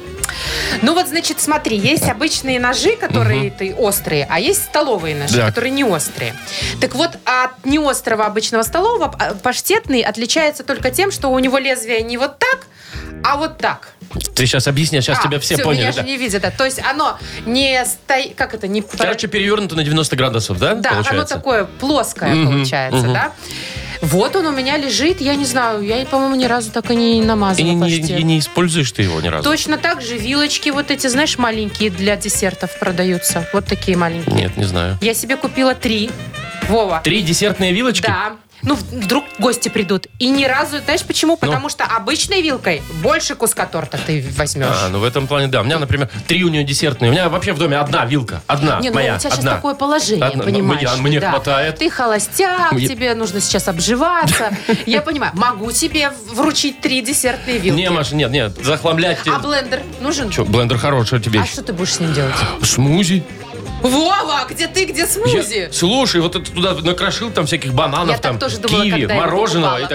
[SPEAKER 2] Ну вот, значит, смотри, есть обычные ножи, которые ты острые, а есть столовые ножи,
[SPEAKER 1] Так.
[SPEAKER 2] которые не острые. Так вот, от неострого обычного столового а, паштетный отличается только тем, что у него лезвие не вот так, а вот так.
[SPEAKER 1] Ты сейчас объясни, сейчас
[SPEAKER 2] А,
[SPEAKER 1] тебя все,
[SPEAKER 2] всё,
[SPEAKER 1] поняли.
[SPEAKER 2] Меня
[SPEAKER 1] да.
[SPEAKER 2] же не видят, да. То есть оно не стоит, как это, не...
[SPEAKER 1] Короче, перевернуто на 90 градусов, да?
[SPEAKER 2] Да, оно
[SPEAKER 1] получается?
[SPEAKER 2] такое плоское
[SPEAKER 1] Мгм,
[SPEAKER 2] получается,
[SPEAKER 1] мгм.
[SPEAKER 2] да? Вот он у меня лежит, я не знаю, я, по-моему, ни разу так и не
[SPEAKER 1] И,
[SPEAKER 2] намазала
[SPEAKER 1] не- не-
[SPEAKER 2] паштет.
[SPEAKER 1] и не используешь ты его ни разу.
[SPEAKER 2] Точно так же вилочки вот эти, знаешь, маленькие для десертов продаются. Вот такие маленькие.
[SPEAKER 1] Нет, не знаю.
[SPEAKER 2] Я себе купила три. Вова.
[SPEAKER 1] Три десертные вилочки?
[SPEAKER 2] Да. Ну, вдруг гости придут. И ни разу, знаешь
[SPEAKER 1] Ну.
[SPEAKER 2] почему? Потому что обычной вилкой больше куска торта ты возьмешь.
[SPEAKER 1] А, ну в этом плане, да. У меня, например, три у нее десертные. У меня вообще в доме одна вилка. Одна.
[SPEAKER 2] Не, ну
[SPEAKER 1] А, моя.
[SPEAKER 2] у тебя сейчас
[SPEAKER 1] одна.
[SPEAKER 2] такое положение,
[SPEAKER 1] Одна. Ну,
[SPEAKER 2] понимаешь?
[SPEAKER 1] моя-
[SPEAKER 2] что
[SPEAKER 1] мне
[SPEAKER 2] да.
[SPEAKER 1] хватает.
[SPEAKER 2] Ты холостяк,
[SPEAKER 1] Мне-
[SPEAKER 2] тебе нужно сейчас обживаться. Я понимаю, могу тебе вручить три десертные вилки.
[SPEAKER 1] Не, Маша, нет, нет, захламлять тебе.
[SPEAKER 2] А блендер нужен?
[SPEAKER 1] Чё, блендер хороший тебе.
[SPEAKER 2] А что ты будешь с ним делать?
[SPEAKER 1] Смузи.
[SPEAKER 2] Вова, где ты, где
[SPEAKER 1] Я-
[SPEAKER 2] смузи?
[SPEAKER 1] слушай, вот это туда накрошил там всяких бананов,
[SPEAKER 2] Я так
[SPEAKER 1] там
[SPEAKER 2] тоже думала,
[SPEAKER 1] киви,
[SPEAKER 2] когда я
[SPEAKER 1] мороженого,
[SPEAKER 2] покупала.
[SPEAKER 1] и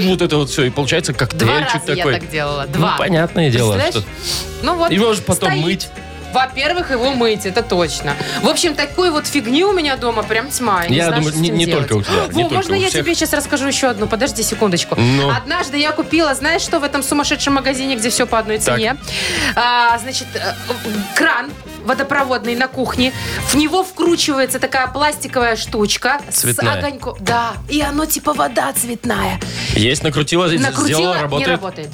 [SPEAKER 1] так вот это вот все. И получается
[SPEAKER 2] Два
[SPEAKER 1] коктейльчик
[SPEAKER 2] раза
[SPEAKER 1] такой.
[SPEAKER 2] я так делала. Два.
[SPEAKER 1] Ну, понятное дело.
[SPEAKER 2] Представляешь?
[SPEAKER 1] Что...
[SPEAKER 2] Ну вот.
[SPEAKER 1] Его же потом
[SPEAKER 2] стоит.
[SPEAKER 1] мыть.
[SPEAKER 2] Во-первых, его мыть, это точно. В общем, такой вот фигни у меня дома прям тьма. Я, не
[SPEAKER 1] Я
[SPEAKER 2] знаю,
[SPEAKER 1] думаю,
[SPEAKER 2] что с
[SPEAKER 1] не-
[SPEAKER 2] этим
[SPEAKER 1] не
[SPEAKER 2] делать.
[SPEAKER 1] только у тебя,
[SPEAKER 2] Во,
[SPEAKER 1] не только
[SPEAKER 2] можно
[SPEAKER 1] у
[SPEAKER 2] я
[SPEAKER 1] всех.
[SPEAKER 2] тебе сейчас расскажу еще одну? Подожди секундочку.
[SPEAKER 1] Ну.
[SPEAKER 2] Однажды я купила, знаешь что, в этом сумасшедшем магазине, где все по одной
[SPEAKER 1] Так.
[SPEAKER 2] цене. А, значит, э, кран водопроводный на кухне. В него вкручивается такая пластиковая штучка
[SPEAKER 1] Цветная.
[SPEAKER 2] с огоньком. Да, и оно типа вода цветная.
[SPEAKER 1] Есть, накрутила,
[SPEAKER 2] Накрутила,
[SPEAKER 1] сделала,
[SPEAKER 2] не
[SPEAKER 1] работает.
[SPEAKER 2] работает.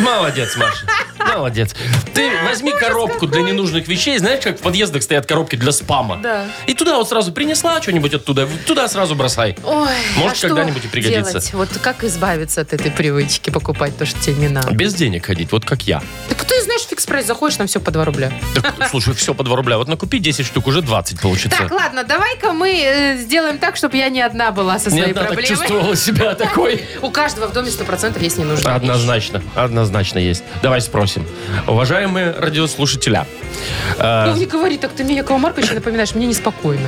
[SPEAKER 1] Молодец, Маша. Молодец. Ты возьми коробку для ненужных вещей. Знаешь, как в подъездах стоят коробки для спама?
[SPEAKER 2] Да.
[SPEAKER 1] И туда вот сразу принесла что-нибудь оттуда, в- туда сразу бросай.
[SPEAKER 2] Ой,
[SPEAKER 1] Может,
[SPEAKER 2] а что
[SPEAKER 1] когда-нибудь и пригодится.
[SPEAKER 2] делать? Вот как избавиться от этой привычки покупать то, что тебе не надо?
[SPEAKER 1] Без денег ходить, вот как я.
[SPEAKER 2] Так ты знаешь, фикс прайс, заходишь, там все по 2 рубля.
[SPEAKER 1] Так, слушай, все по 2 рубля. Вот накупи 10 штук, уже 20 получится.
[SPEAKER 2] Так, ладно, давай-ка мы э, сделаем так, чтобы я не одна была со
[SPEAKER 1] Не
[SPEAKER 2] своей
[SPEAKER 1] одна так
[SPEAKER 2] проблемой.
[SPEAKER 1] чувствовала себя такой.
[SPEAKER 2] У каждого в доме 100% есть ненужная вещь.
[SPEAKER 1] Однозначно, однозначно есть. Давай спросим. Уважаемые радиослушателя,
[SPEAKER 2] Ну, не говори так, ты мне Якова Марковича напоминаешь, мне неспокойно.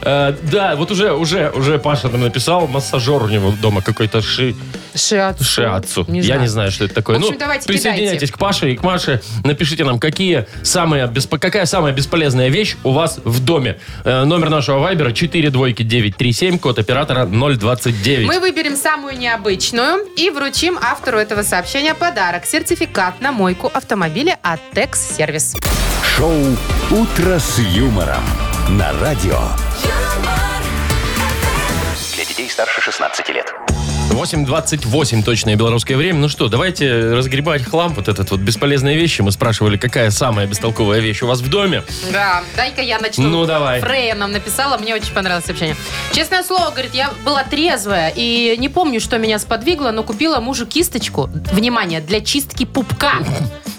[SPEAKER 1] Э, да, вот уже, уже, уже Паша нам написал, массажер у него дома какой-то ши,
[SPEAKER 2] Шиатсу.
[SPEAKER 1] Шиатсу. Я не знаю, что это такое.
[SPEAKER 2] В общем,
[SPEAKER 1] ну,
[SPEAKER 2] давайте
[SPEAKER 1] присоединяйтесь
[SPEAKER 2] кидайте.
[SPEAKER 1] к Паше и к Маше. Напишите нам, какие самые бесп- какая самая бесполезная вещь у вас в доме. Э, номер нашего вайбера 42937, код оператора 029.
[SPEAKER 2] Мы выберем самую необычную и вручим автору этого сообщения подарок. Сертификат на мойку автомобиля от Текс Сервис.
[SPEAKER 3] Шоу «Утро с юмором» на радио.
[SPEAKER 5] Для детей старше 16 лет.
[SPEAKER 1] 8.28 точное белорусское время. Ну что, давайте разгребать хлам, вот этот вот бесполезные вещи. Мы спрашивали, какая самая бестолковая вещь у вас в доме.
[SPEAKER 2] Да, дай-ка я начну.
[SPEAKER 1] Ну, давай.
[SPEAKER 2] Фрея нам написала, мне очень понравилось сообщение. Честное слово, говорит, я была трезвая и не помню, что меня сподвигло, но купила мужу кисточку, внимание, для чистки пупка.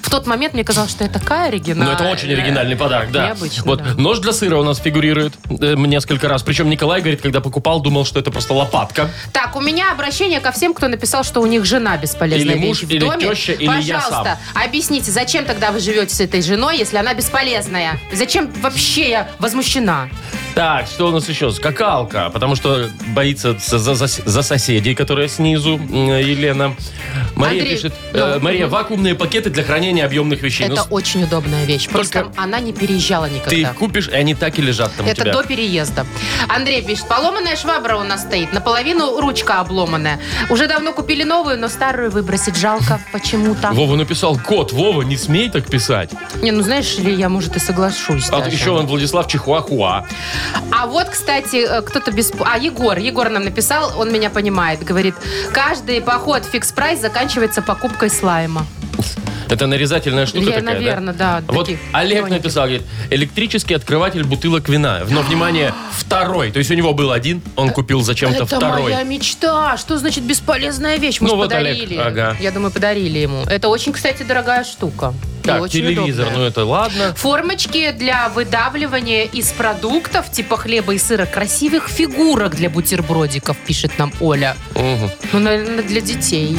[SPEAKER 2] В тот момент мне казалось, что я такая
[SPEAKER 1] Ну,
[SPEAKER 2] оригинальная.
[SPEAKER 1] это очень оригинальный подарок, да.
[SPEAKER 2] Необычно,
[SPEAKER 1] вот
[SPEAKER 2] э, да.
[SPEAKER 1] нож для сыра у нас фигурирует э, несколько раз. Причем Николай говорит, когда покупал, думал, что это просто лопатка.
[SPEAKER 2] Так, у меня обращение ко всем, кто написал, что у них жена
[SPEAKER 1] Или
[SPEAKER 2] бесполезная
[SPEAKER 1] муж,
[SPEAKER 2] вещь в
[SPEAKER 1] или
[SPEAKER 2] доме.
[SPEAKER 1] теща, или я сам.
[SPEAKER 2] Пожалуйста, объясните, зачем тогда вы живете с этой женой, если она бесполезная? Зачем вообще я возмущена?
[SPEAKER 1] Так, что у нас еще? Скакалка, потому что боится за, за- за- за соседей, которые снизу, м, Елена. Мария
[SPEAKER 2] Андрей,
[SPEAKER 1] пишет, э,
[SPEAKER 2] ну.
[SPEAKER 1] Мария, вакуумные пакеты для хранения объемных вещей. Ну,
[SPEAKER 2] Это
[SPEAKER 1] с-
[SPEAKER 2] очень удобная вещь. Просто
[SPEAKER 1] Только
[SPEAKER 2] она не переезжала
[SPEAKER 1] ты
[SPEAKER 2] никогда.
[SPEAKER 1] их купишь, и они так и лежат там у
[SPEAKER 2] Это
[SPEAKER 1] тебя.
[SPEAKER 2] до переезда. Андрей пишет, поломанная швабра у нас стоит, наполовину ручка обломанная. Уже давно купили новую, но старую выбросить жалко почему-то.
[SPEAKER 1] Вова написал, кот, Вова, не смей так писать.
[SPEAKER 2] Не, ну знаешь ли, я, может, и соглашусь
[SPEAKER 1] А вот
[SPEAKER 2] даже.
[SPEAKER 1] еще он Владислав Чихуахуа.
[SPEAKER 2] А вот, кстати, э, кто-то без... А, Егор. Егор нам написал, он меня понимает. Говорит, каждый поход в фикс-прайс заканчивается покупкой слайма.
[SPEAKER 1] Это нарезательная штука
[SPEAKER 2] Вер-
[SPEAKER 1] Ну, такая, да?
[SPEAKER 2] наверно, да,
[SPEAKER 1] Вот
[SPEAKER 2] таких
[SPEAKER 1] Олег
[SPEAKER 2] тоненьких.
[SPEAKER 1] написал, говорит, электрический открыватель бутылок вина. Но, внимание, второй. То есть у него был один, он купил зачем-то
[SPEAKER 2] Э, Это
[SPEAKER 1] второй.
[SPEAKER 2] моя мечта. Что значит бесполезная вещь? Мы
[SPEAKER 1] Ну
[SPEAKER 2] ж
[SPEAKER 1] вот,
[SPEAKER 2] подарили.
[SPEAKER 1] Олег, ага.
[SPEAKER 2] Я думаю, подарили ему. Это очень, кстати, дорогая штука. И
[SPEAKER 1] Так,
[SPEAKER 2] очень
[SPEAKER 1] телевизор,
[SPEAKER 2] удобная.
[SPEAKER 1] ну это ладно.
[SPEAKER 2] Формочки для выдавливания из продуктов, типа хлеба и сыра, красивых фигурок для бутербродиков, пишет нам Оля.
[SPEAKER 1] Мгм.
[SPEAKER 2] Ну, наверное, для детей.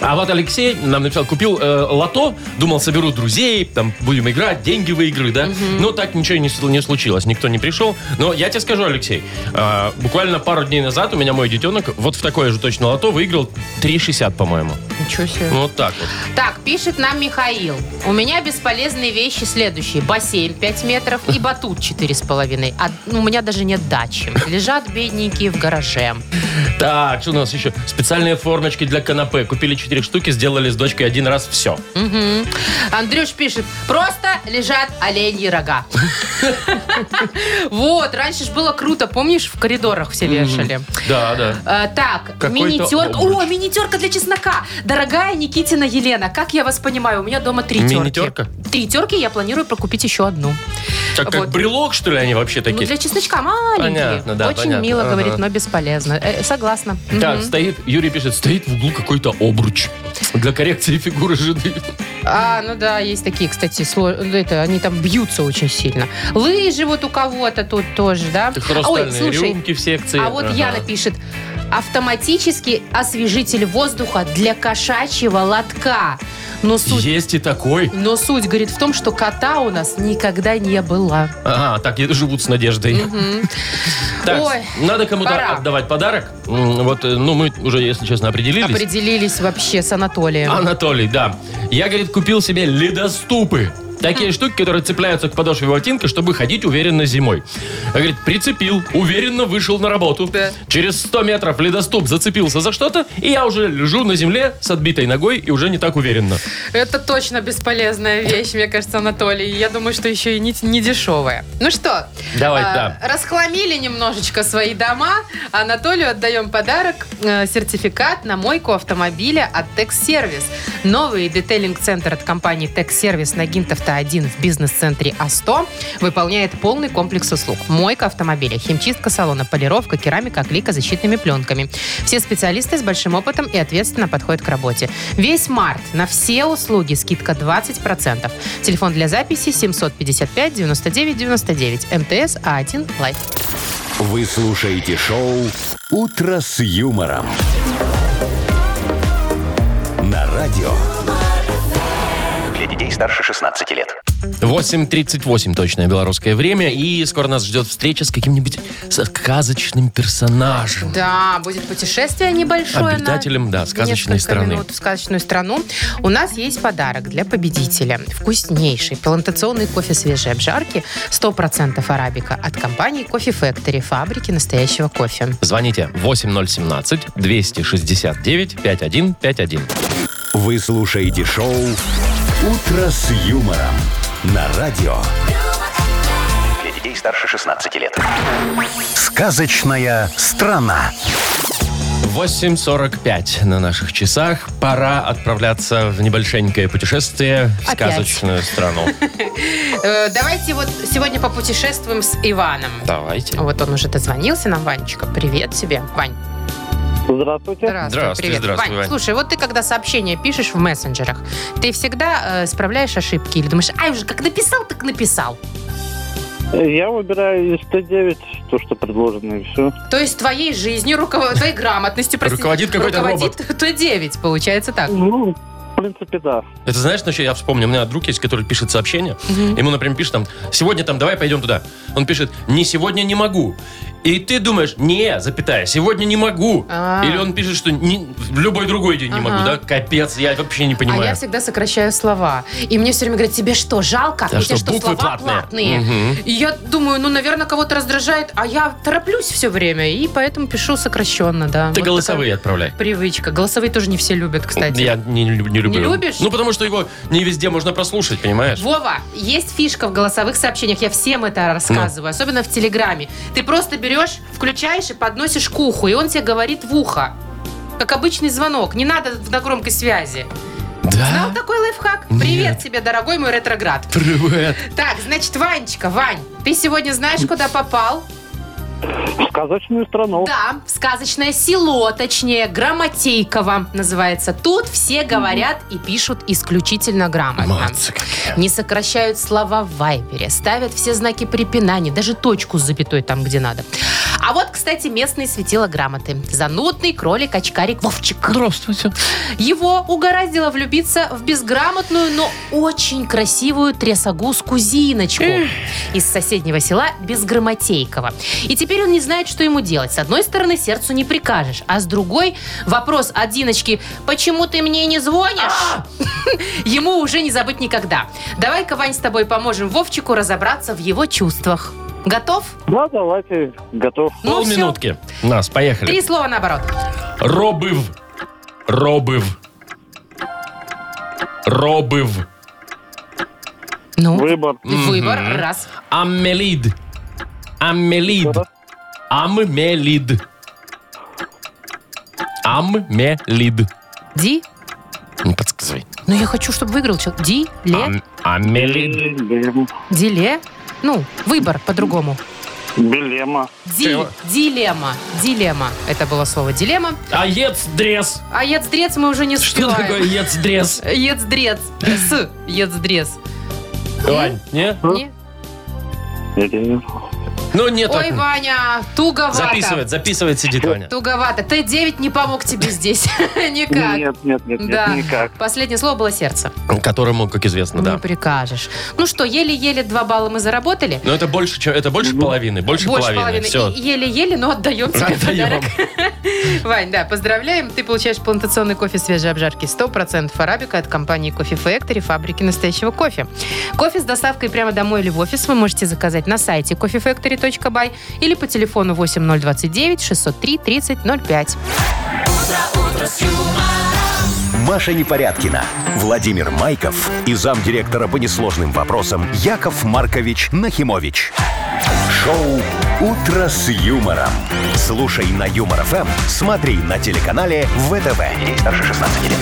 [SPEAKER 1] А вот Алексей нам написал, купил э, лото, думал, соберу друзей, там будем играть, деньги выиграю, да? Но так ничего и не, сл- не случилось, никто не пришел. Но я тебе скажу, Алексей, э, буквально пару дней назад у меня мой детенок вот в такое же точно лото выиграл 3,60, по-моему.
[SPEAKER 2] Ничего себе.
[SPEAKER 1] Вот так вот.
[SPEAKER 2] Так, пишет нам Михаил. У меня бесполезные вещи следующие. Бассейн 5 метров и батут 4,5. А у меня даже нет дачи. Лежат бедненькие в гараже.
[SPEAKER 1] Так, что у нас еще? Специальные формочки для канапе. Купили 4 штуки, сделали с дочкой один раз, все.
[SPEAKER 2] Мгм. Андрюш пишет, просто лежат оленьи рога. Вот, раньше же было круто, помнишь, в коридорах все вешали.
[SPEAKER 1] Да, да.
[SPEAKER 2] Э, Так,
[SPEAKER 1] Какой-то
[SPEAKER 2] минитерка. О,
[SPEAKER 1] обруч.
[SPEAKER 2] минитерка для чеснока. Дорогая Никитина Елена, как я вас понимаю, у меня дома три терки.
[SPEAKER 1] Минитерка?
[SPEAKER 2] Три терки, я планирую прокупить еще одну.
[SPEAKER 1] Как, как
[SPEAKER 2] Вот.
[SPEAKER 1] брелок, что ли, они вообще
[SPEAKER 2] Ну,
[SPEAKER 1] такие?
[SPEAKER 2] для чесночка маленькие.
[SPEAKER 1] Понятно, да,
[SPEAKER 2] Очень
[SPEAKER 1] понятно.
[SPEAKER 2] мило,
[SPEAKER 1] Ага.
[SPEAKER 2] говорит, но бесполезно. Э, согласна.
[SPEAKER 1] Так,
[SPEAKER 2] Мгм.
[SPEAKER 1] стоит, Юрий пишет, стоит в углу какой-то обруч для коррекции фигуры жены.
[SPEAKER 2] А, ну да, есть такие, кстати, сло- ну, это, они там бьются очень сильно. Лыжи вот у кого-то тут тоже, да? Ой,
[SPEAKER 1] Хрустальные
[SPEAKER 2] слушай,
[SPEAKER 1] рюмки в секции.
[SPEAKER 2] а вот
[SPEAKER 1] Ага.
[SPEAKER 2] Яна пишет, автоматический освежитель воздуха для кошачьего лотка. Но суть,
[SPEAKER 1] Есть и такой.
[SPEAKER 2] но суть, говорит, в том, что кота у нас никогда не было.
[SPEAKER 1] Ага, так и живут с надеждой. Так,
[SPEAKER 2] Ой,
[SPEAKER 1] надо кому-то
[SPEAKER 2] пора.
[SPEAKER 1] отдавать подарок. М, Вот, э, ну, мы уже, если честно, определились. А ну.
[SPEAKER 2] Определились вообще с Анатолием.
[SPEAKER 1] Анатолий, да. Я, говорит, купил себе ледоступы. Такие штуки, которые цепляются к подошве ботинка, чтобы ходить уверенно зимой. Я, говорит, прицепил, уверенно вышел на работу.
[SPEAKER 2] Да.
[SPEAKER 1] Через 100 метров ледоступ зацепился за что-то, и я уже лежу на земле с отбитой ногой и уже не так уверенно.
[SPEAKER 2] Это точно бесполезная вещь, мне кажется, Анатолий. Я думаю, что еще и не, не дешевая. Ну что,
[SPEAKER 1] Давай,
[SPEAKER 2] а,
[SPEAKER 1] да.
[SPEAKER 2] расхламили немножечко свои дома. Анатолию отдаем подарок, э, сертификат на мойку автомобиля от Текс-сервис. Новый детейлинг-центр от компании Текс-сервис на Гинтовта-1 в бизнес-центре А100 выполняет полный комплекс услуг. Мойка автомобиля, химчистка салона, полировка, керамика, клика защитными пленками. Все специалисты с большим опытом и ответственно подходят к работе. Весь март на все услуги скидка 20%. Телефон для записи 755-99-99. МТС А1 А Лайф.
[SPEAKER 3] Вы слушаете шоу «Утро с юмором» на радио.
[SPEAKER 5] Для детей старше 16 лет.
[SPEAKER 1] 8.38 точное белорусское время. И скоро нас ждет встреча с каким-нибудь с- сказочным персонажем.
[SPEAKER 2] Да, будет путешествие небольшое.
[SPEAKER 1] Обитателям,
[SPEAKER 2] на
[SPEAKER 1] да, сказочной
[SPEAKER 2] несколько
[SPEAKER 1] страны.
[SPEAKER 2] минут в сказочную страну. У нас есть подарок для победителя. Вкуснейший плантационный кофе свежей обжарки 100% арабика от компании Coffee Factory, фабрики настоящего кофе.
[SPEAKER 1] Звоните 8017-269-5151.
[SPEAKER 3] Вы слушаете шоу «Утро с юмором» на радио.
[SPEAKER 5] Для детей старше 16 лет.
[SPEAKER 3] Сказочная страна.
[SPEAKER 1] 8.45 на наших часах. Пора отправляться в небольшенькое путешествие в
[SPEAKER 2] Опять.
[SPEAKER 1] сказочную страну.
[SPEAKER 2] Э, давайте вот сегодня попутешествуем с Иваном.
[SPEAKER 1] Давайте.
[SPEAKER 2] Вот он уже дозвонился нам, Ванечка. Привет тебе, Вань.
[SPEAKER 6] Здравствуйте.
[SPEAKER 2] Здравствуй,
[SPEAKER 1] Здравствуй,
[SPEAKER 2] привет.
[SPEAKER 1] здравствуй,
[SPEAKER 2] Вань,
[SPEAKER 1] Вань.
[SPEAKER 2] слушай, вот ты когда сообщения пишешь в мессенджерах, ты всегда э, исправляешь ошибки или думаешь, ай уже как написал, так написал.
[SPEAKER 6] Я выбираю из 109 то, что предложено, и все.
[SPEAKER 2] То есть твоей жизнью, руковод... твоей грамотностью, простите,
[SPEAKER 1] Руководит какой-то
[SPEAKER 2] руководит Т9, получается так.
[SPEAKER 6] Ну, в принципе, да.
[SPEAKER 1] Это знаешь, ну, я вспомнил, у меня друг есть, который пишет сообщение. Ему, например, пишет там, сегодня там, давай пойдем туда. Он пишет, не сегодня не могу. И ты думаешь, не, запятая, сегодня не могу.
[SPEAKER 2] А.
[SPEAKER 1] Или он пишет, что «Не- в любой другой день не могу, да?
[SPEAKER 2] Ага.
[SPEAKER 1] Капец, я вообще не
[SPEAKER 2] А я
[SPEAKER 1] понимаю.
[SPEAKER 2] всегда сокращаю слова. И мне все время говорят, тебе что, жалко?
[SPEAKER 1] Да
[SPEAKER 2] У тебя
[SPEAKER 1] что, буквы
[SPEAKER 2] слова
[SPEAKER 1] платные?» Мгм.
[SPEAKER 2] И я думаю, ну, наверное, кого-то раздражает, а я тороплюсь все время, и поэтому пишу сокращенно, да.
[SPEAKER 1] Ты
[SPEAKER 2] Вот
[SPEAKER 1] голосовые отправляй.
[SPEAKER 2] такая Привычка. Голосовые тоже не все любят, кстати.
[SPEAKER 1] Я не, люб- не люблю.
[SPEAKER 2] Не любишь?
[SPEAKER 1] Ну, потому что его не везде можно прослушать, понимаешь?
[SPEAKER 2] Вова, есть фишка в голосовых сообщениях, я всем это
[SPEAKER 1] Ну.
[SPEAKER 2] рассказываю, особенно в Телеграме. Ты просто берешь, включаешь и подносишь к уху, и он тебе говорит в ухо. Как обычный звонок, не надо на громкой связи. Знал
[SPEAKER 1] Да?
[SPEAKER 2] такой лайфхак?
[SPEAKER 1] Нет.
[SPEAKER 2] Привет тебе, дорогой мой ретроград.
[SPEAKER 1] Привет.
[SPEAKER 2] Так, значит, Ванечка, Вань, ты сегодня знаешь, куда попал?
[SPEAKER 6] В сказочную
[SPEAKER 1] Ну.
[SPEAKER 6] страну.
[SPEAKER 2] Да, в сказочное село, точнее, Грамотейково называется. Тут все говорят и пишут исключительно грамотно.
[SPEAKER 1] Молодцы какие.
[SPEAKER 2] Не сокращают слова в вайбере, ставят все знаки препинания, даже точку с запятой там, где надо. А вот, кстати, местные светило грамоты. Занудный кролик-очкарик Вовчик.
[SPEAKER 1] Здравствуйте.
[SPEAKER 2] Его угораздило влюбиться в безграмотную, но очень красивую трясогузку Зиночку из соседнего села Безграмотейкова. И теперь он не знает, что ему делать. С одной стороны, сердцу не прикажешь, а с другой вопрос от Зиночки «Почему ты мне не звонишь?» Ему уже не забыть никогда. Давай-ка, Вань, с тобой поможем Вовчику разобраться в его чувствах. Готов?
[SPEAKER 6] Да, давайте. Готов.
[SPEAKER 2] Ну, всё.
[SPEAKER 1] Полминутки. Нас, поехали.
[SPEAKER 2] Три слова наоборот.
[SPEAKER 1] Робыв. Робыв. Робыв.
[SPEAKER 2] Ну,
[SPEAKER 6] Выбор.
[SPEAKER 2] выбор. Раз.
[SPEAKER 1] Аммелид. Аммелид. Аммелид. Аммелид.
[SPEAKER 2] Ди.
[SPEAKER 1] Не подсказывай.
[SPEAKER 2] Ну, я хочу, чтобы выиграл человек. Ди. Ле.
[SPEAKER 1] Ам- Аммелид.
[SPEAKER 6] Билем.
[SPEAKER 2] Диле. Ну, выбор по-другому.
[SPEAKER 6] Билема.
[SPEAKER 2] Ди-
[SPEAKER 1] Чего?
[SPEAKER 2] дилемма. Дилемма. Это было слово дилемма.
[SPEAKER 1] Аец-дрес.
[SPEAKER 2] А ецдрец мы уже не
[SPEAKER 1] Что
[SPEAKER 2] успеваем.
[SPEAKER 1] такое ец-дрес?
[SPEAKER 2] Ецдрец. С. Ецдрец.
[SPEAKER 1] Вань, не?
[SPEAKER 2] Не?
[SPEAKER 6] Билем.
[SPEAKER 1] Ну, нет.
[SPEAKER 2] Ой, Ваня, туговато.
[SPEAKER 1] Записывает, записывает, сидит Ваня.
[SPEAKER 2] Туговато. Т9 не помог тебе здесь. Никак.
[SPEAKER 6] Нет, нет, нет, нет,
[SPEAKER 2] Да.
[SPEAKER 6] никак.
[SPEAKER 2] Последнее слово было сердце. Ну,
[SPEAKER 1] Которому, как известно, да.
[SPEAKER 2] Не прикажешь. Ну что, еле-еле два балла мы заработали.
[SPEAKER 1] Но это больше, чем, это
[SPEAKER 2] Ну,
[SPEAKER 1] больше половины, больше, половины. Все.
[SPEAKER 2] И Еле-еле, но отдаем тебе
[SPEAKER 1] Отдаем.
[SPEAKER 2] подарок. Вань, да, поздравляем. Ты получаешь плантационный кофе свежей обжарки 100% арабика от компании Coffee Factory, фабрики настоящего кофе. Кофе с доставкой прямо домой или в офис вы можете заказать на сайте coffeefactory.by или по телефону 8029 603 3005.
[SPEAKER 3] Маша Непорядкина, Владимир Майков и замдиректора по несложным вопросам Яков Маркович Нахимович. Шоу «Утро с юмором». Слушай на Юмор ФМ, смотри на телеканале ВТВ. Здесь старше 16 лет.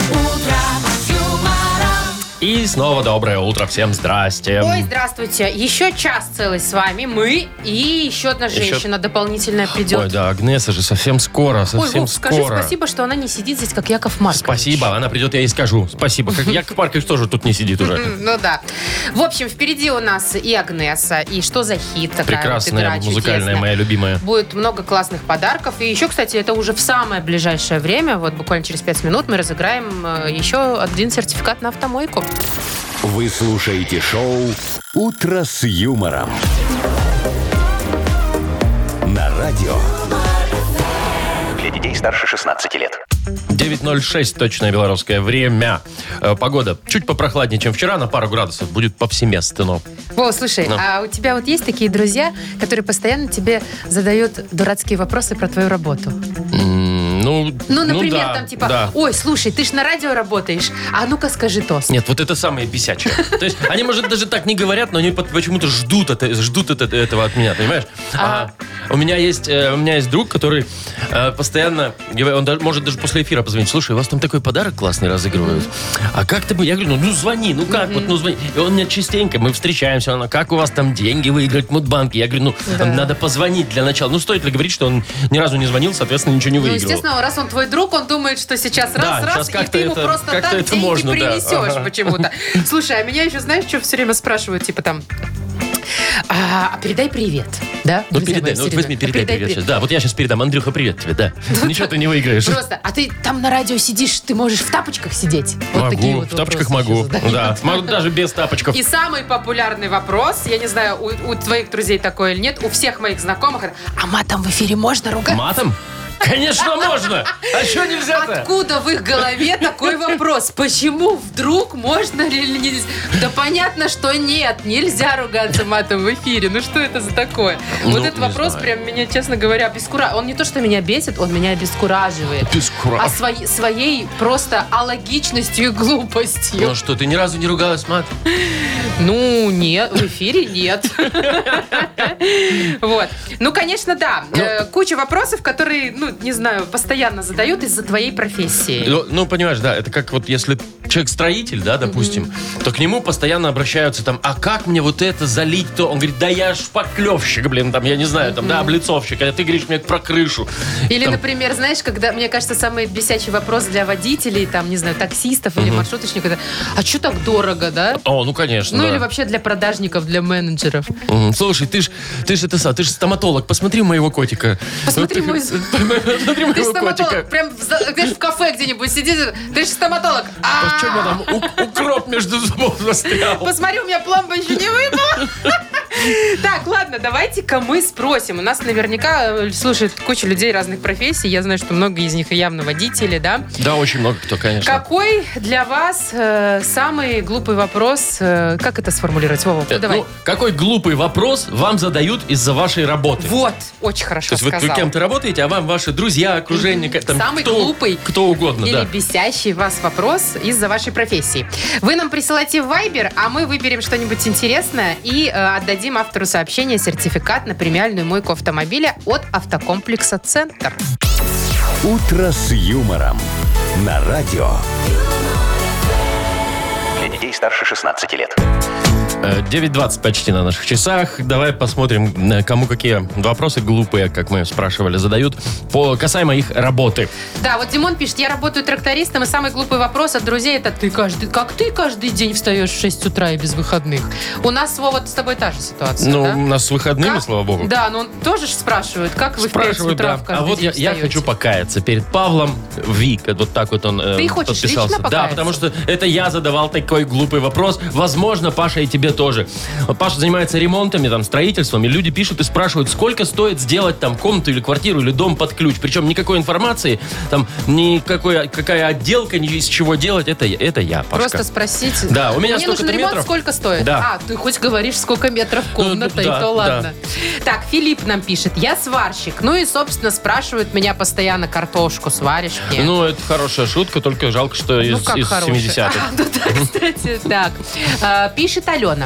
[SPEAKER 1] И снова доброе утро. Всем здрасте.
[SPEAKER 2] Ой, здравствуйте. Еще час целый с вами мы и еще одна
[SPEAKER 1] Еще-
[SPEAKER 2] женщина дополнительная придет.
[SPEAKER 1] Ой, да, Агнеса же совсем скоро,
[SPEAKER 2] Ой,
[SPEAKER 1] совсем
[SPEAKER 2] Вов,
[SPEAKER 1] скоро.
[SPEAKER 2] скажи спасибо, что она не сидит здесь, А как Яков Маркович.
[SPEAKER 1] Спасибо, она придет, я ей скажу. Спасибо. Как Яков Маркович тоже тут не сидит уже.
[SPEAKER 2] Ну да. В общем, впереди у нас и Агнеса, и что за хит такая вот
[SPEAKER 1] Прекрасная,
[SPEAKER 2] игра
[SPEAKER 1] музыкальная
[SPEAKER 2] чудесная.
[SPEAKER 1] моя любимая.
[SPEAKER 2] Будет много классных подарков. И еще, кстати, это уже в самое ближайшее время, вот буквально через 5 минут, мы разыграем э, еще один сертификат на автомойку.
[SPEAKER 3] Вы слушаете шоу «Утро с юмором». На радио
[SPEAKER 5] Для детей старше 16 лет.
[SPEAKER 1] 9.06, точное белорусское время. Э, Погода чуть попрохладнее, чем вчера, на пару градусов. Будет повсеместно.
[SPEAKER 2] Во, слушай,
[SPEAKER 1] Ну.
[SPEAKER 2] а у тебя вот есть такие друзья, которые постоянно тебе задают дурацкие вопросы про твою работу?
[SPEAKER 1] М, Ну,
[SPEAKER 2] Ну, например,
[SPEAKER 1] да,
[SPEAKER 2] там типа,
[SPEAKER 1] да.
[SPEAKER 2] ой, слушай, ты ж на радио работаешь, а ну-ка скажи то.
[SPEAKER 1] Нет, вот это самые бесячие. То есть они, может, даже так не говорят, но они под- почему-то ждут, это, ждут это- этого от меня, понимаешь? А у, меня есть, э, у меня есть друг, который э, постоянно, говорит, он даже- может даже после эфира позвонить, слушай, у вас там такой подарок классный разыгрывают. А как ты бы, я говорю, ну, ну, звони, ну как вот, ну звони. И он мне частенько, мы встречаемся, она, как у вас там деньги выиграть в Мудбанке? Я говорю, ну,
[SPEAKER 2] Да.
[SPEAKER 1] надо позвонить для начала. Ну, стоит ли говорить, что он ни разу не звонил, соответственно, ничего не
[SPEAKER 2] Ну,
[SPEAKER 1] выиграл.
[SPEAKER 2] естественно, раз он твой друг, он думает, что сейчас
[SPEAKER 1] Да,
[SPEAKER 2] раз,
[SPEAKER 1] сейчас
[SPEAKER 2] раз, и
[SPEAKER 1] как-то
[SPEAKER 2] ты ему
[SPEAKER 1] это-
[SPEAKER 2] просто
[SPEAKER 1] как-то
[SPEAKER 2] так
[SPEAKER 1] это
[SPEAKER 2] деньги
[SPEAKER 1] можно, да.
[SPEAKER 2] принесешь
[SPEAKER 1] Ага.
[SPEAKER 2] почему-то. Слушай, а меня еще, знаешь, что все время спрашивают, типа там, а, а передай привет, да?
[SPEAKER 1] Ну,
[SPEAKER 2] друзья
[SPEAKER 1] передай,
[SPEAKER 2] мои,
[SPEAKER 1] ну,
[SPEAKER 2] всё
[SPEAKER 1] вот
[SPEAKER 2] время.
[SPEAKER 1] возьми,
[SPEAKER 2] А
[SPEAKER 1] передай привет. сейчас. Да, вот я сейчас передам. Андрюха, привет тебе, да. Ничего ты не выиграешь.
[SPEAKER 2] Просто, а ты там на радио сидишь, ты можешь в тапочках сидеть. Вот такие
[SPEAKER 1] Могу,
[SPEAKER 2] вот
[SPEAKER 1] в тапочках
[SPEAKER 2] вопросы
[SPEAKER 1] могу.
[SPEAKER 2] сейчас задают.
[SPEAKER 1] Да, могу даже без тапочков.
[SPEAKER 2] И самый популярный вопрос, я не знаю, у, у твоих друзей такое или нет, у всех моих знакомых, это, а матом в эфире можно ругать?
[SPEAKER 1] Матом? Конечно, можно! А что нельзя-то?
[SPEAKER 2] Откуда в их голове такой вопрос? Почему вдруг можно или нельзя? Да понятно, что нет, нельзя ругаться матом в эфире. Ну что это за такое?
[SPEAKER 1] Ну,
[SPEAKER 2] вот этот
[SPEAKER 1] не
[SPEAKER 2] вопрос
[SPEAKER 1] знаю.
[SPEAKER 2] прям меня, честно говоря, обескураживает. Он не то, что меня бесит, он меня обескураживает.
[SPEAKER 1] Обескура-
[SPEAKER 2] А своей, своей просто алогичностью и глупостью.
[SPEAKER 1] Ну что, ты ни разу не ругалась мат?
[SPEAKER 2] Ну, нет, в эфире нет. Вот. Ну, конечно, да. Э, Куча вопросов, которые, ну, не знаю, постоянно задают из-за твоей профессии.
[SPEAKER 1] Ну, ну, понимаешь, да, это как вот если человек строитель, да, допустим, то к нему постоянно обращаются там, а как мне вот это залить-то? Он говорит, да я шпаклевщик, блин, там, я не знаю, там, да, облицовщик, а ты говоришь мне про крышу.
[SPEAKER 2] Или,
[SPEAKER 1] Там-
[SPEAKER 2] например, знаешь, когда, мне кажется, самый бесячий вопрос для водителей, там, не знаю, таксистов или маршруточников, это, а что так дорого, да?
[SPEAKER 1] О, ну, конечно,
[SPEAKER 2] Ну
[SPEAKER 1] да.
[SPEAKER 2] или вообще для продажников, для менеджеров.
[SPEAKER 1] Мгм. Слушай, ты ж, ты ж это са- ты ж стоматолог, посмотри моего котика.
[SPEAKER 2] Посмотри
[SPEAKER 1] Вот
[SPEAKER 2] мой-
[SPEAKER 1] Посмотри
[SPEAKER 2] Ты же
[SPEAKER 1] моего
[SPEAKER 2] стоматолог,
[SPEAKER 1] котика.
[SPEAKER 2] прям в, за- знаешь, в кафе где-нибудь сидит, ты же стоматолог. А,
[SPEAKER 1] А что у меня там у- укроп между зубов застрял?
[SPEAKER 2] Посмотри, у меня пломба еще не выпала. Так, ладно, давайте-ка мы спросим. У нас наверняка э, слушает куча людей разных профессий. Я знаю, что много из них и явно водители, да?
[SPEAKER 1] Да, очень много кто, конечно.
[SPEAKER 2] Какой для вас э, самый глупый вопрос? э, как это сформулировать, Вова?
[SPEAKER 1] Э,
[SPEAKER 2] Ну, давай.
[SPEAKER 1] ну, какой глупый вопрос вам задают из-за вашей работы?
[SPEAKER 2] вот, очень хорошо
[SPEAKER 1] То есть вот
[SPEAKER 2] сказал.
[SPEAKER 1] вы кем-то работаете, а вам ваши друзья, окружение, ка- там,
[SPEAKER 2] Самый
[SPEAKER 1] кто,
[SPEAKER 2] глупый
[SPEAKER 1] кто угодно,
[SPEAKER 2] Или
[SPEAKER 1] ну да.
[SPEAKER 2] бесящий вас вопрос из-за вашей профессии. Вы нам присылайте в Viber, а мы выберем что-нибудь интересное и э, отдадим автору сообщения сертификат на премиальную мойку автомобиля от автокомплекса «Центр».
[SPEAKER 3] «Утро с юмором». На радио
[SPEAKER 5] Для детей старше 16 лет.
[SPEAKER 1] Э, 9.20 почти на наших часах. Давай посмотрим, э, кому какие вопросы глупые, как мы спрашивали, задают по касаемо их работы.
[SPEAKER 2] Да, вот Димон пишет, я работаю трактористом, и самый глупый вопрос от друзей это ты каждый, как ты каждый день встаешь в 6 утра и без выходных? У нас, Вова, с тобой та же ситуация,
[SPEAKER 1] Ну,
[SPEAKER 2] да?
[SPEAKER 1] у нас с выходными,
[SPEAKER 2] Как-
[SPEAKER 1] слава богу.
[SPEAKER 2] Да, но он тоже ж спрашивает, как вы в 5
[SPEAKER 1] Спрашивают,
[SPEAKER 2] утра
[SPEAKER 1] да.
[SPEAKER 2] в
[SPEAKER 1] А
[SPEAKER 2] каждый
[SPEAKER 1] вот
[SPEAKER 2] день
[SPEAKER 1] я, я
[SPEAKER 2] встаёте?
[SPEAKER 1] хочу покаяться перед Павлом Вик. Вот так вот он э,
[SPEAKER 2] Ты хочешь
[SPEAKER 1] подписался.
[SPEAKER 2] лично
[SPEAKER 1] да,
[SPEAKER 2] покаяться?
[SPEAKER 1] потому что это я задавал такой глупый вопрос. Возможно, Паша и тебе тоже. Вот Паша занимается ремонтами, там, строительством, и люди пишут и спрашивают, сколько стоит сделать там комнату или квартиру или дом под ключ. Причем никакой информации, там, никакой, какая отделка, ни из чего делать, это, я- это я, Пашка.
[SPEAKER 2] Просто спросить.
[SPEAKER 1] Да, у меня
[SPEAKER 2] Мне
[SPEAKER 1] столько-то
[SPEAKER 2] нужен ремонт,
[SPEAKER 1] метров.
[SPEAKER 2] сколько стоит?
[SPEAKER 1] Да.
[SPEAKER 2] А, ты хоть говоришь, сколько метров комната,
[SPEAKER 1] Ну, ну, да,
[SPEAKER 2] и то
[SPEAKER 1] да.
[SPEAKER 2] ладно. Так, Филипп нам пишет, я сварщик. Ну и, собственно, спрашивают меня постоянно, картошку сваришь мне?
[SPEAKER 1] Ну, это хорошая шутка, только жалко, что
[SPEAKER 2] Ну,
[SPEAKER 1] из,
[SPEAKER 2] как
[SPEAKER 1] из
[SPEAKER 2] хорошая.
[SPEAKER 1] 70-х.
[SPEAKER 2] А, ну да, кстати, так. А, Пишет Алена.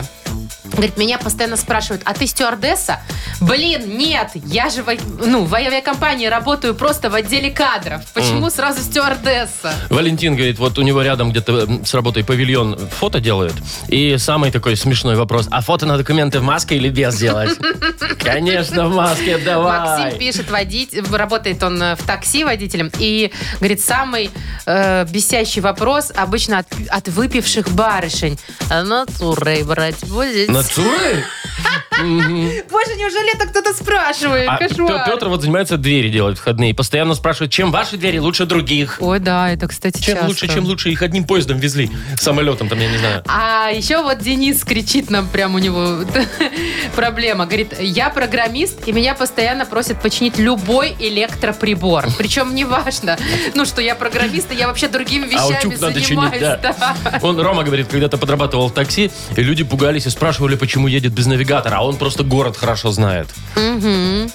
[SPEAKER 2] Говорит, меня постоянно спрашивают, а ты стюардесса? Блин, нет, я же в, ав- ну, в авиакомпании работаю просто в отделе кадров. Почему сразу стюардесса?
[SPEAKER 1] Валентин говорит, вот у него рядом где-то м, с работой павильон фото делают. И самый такой смешной вопрос. А фото на документы в маске или без делать? Конечно, в маске,
[SPEAKER 2] Максим
[SPEAKER 1] давай.
[SPEAKER 2] пишет, водитель, работает он э, в такси водителем, и, говорит, самый э, бесящий вопрос обычно от, от выпивших барышень. А натурой брать будете?
[SPEAKER 1] Натурой?
[SPEAKER 2] Боже, неужели это кто-то спрашивает?
[SPEAKER 1] А Пе-
[SPEAKER 2] Кошмар.
[SPEAKER 1] Петр вот занимается двери делает входные. Постоянно спрашивает, чем ваши двери лучше других.
[SPEAKER 2] Ой, да, это, кстати,
[SPEAKER 1] Чем
[SPEAKER 2] часто.
[SPEAKER 1] лучше, чем лучше. Их одним поездом везли. Самолетом там, я не знаю.
[SPEAKER 2] А еще вот Денис кричит нам, прям у него проблема. Говорит, я программист, и меня постоянно просят починить любой электроприбор. Причем неважно, ну что я программист, и я вообще другими вещами
[SPEAKER 1] А утюг надо чинить,
[SPEAKER 2] занимаюсь.
[SPEAKER 1] да. Он, Рома, говорит, когда-то подрабатывал в такси, и люди пугались и спрашивали, почему едет без навигатора, а он просто город хорошо знает.
[SPEAKER 2] Мгм.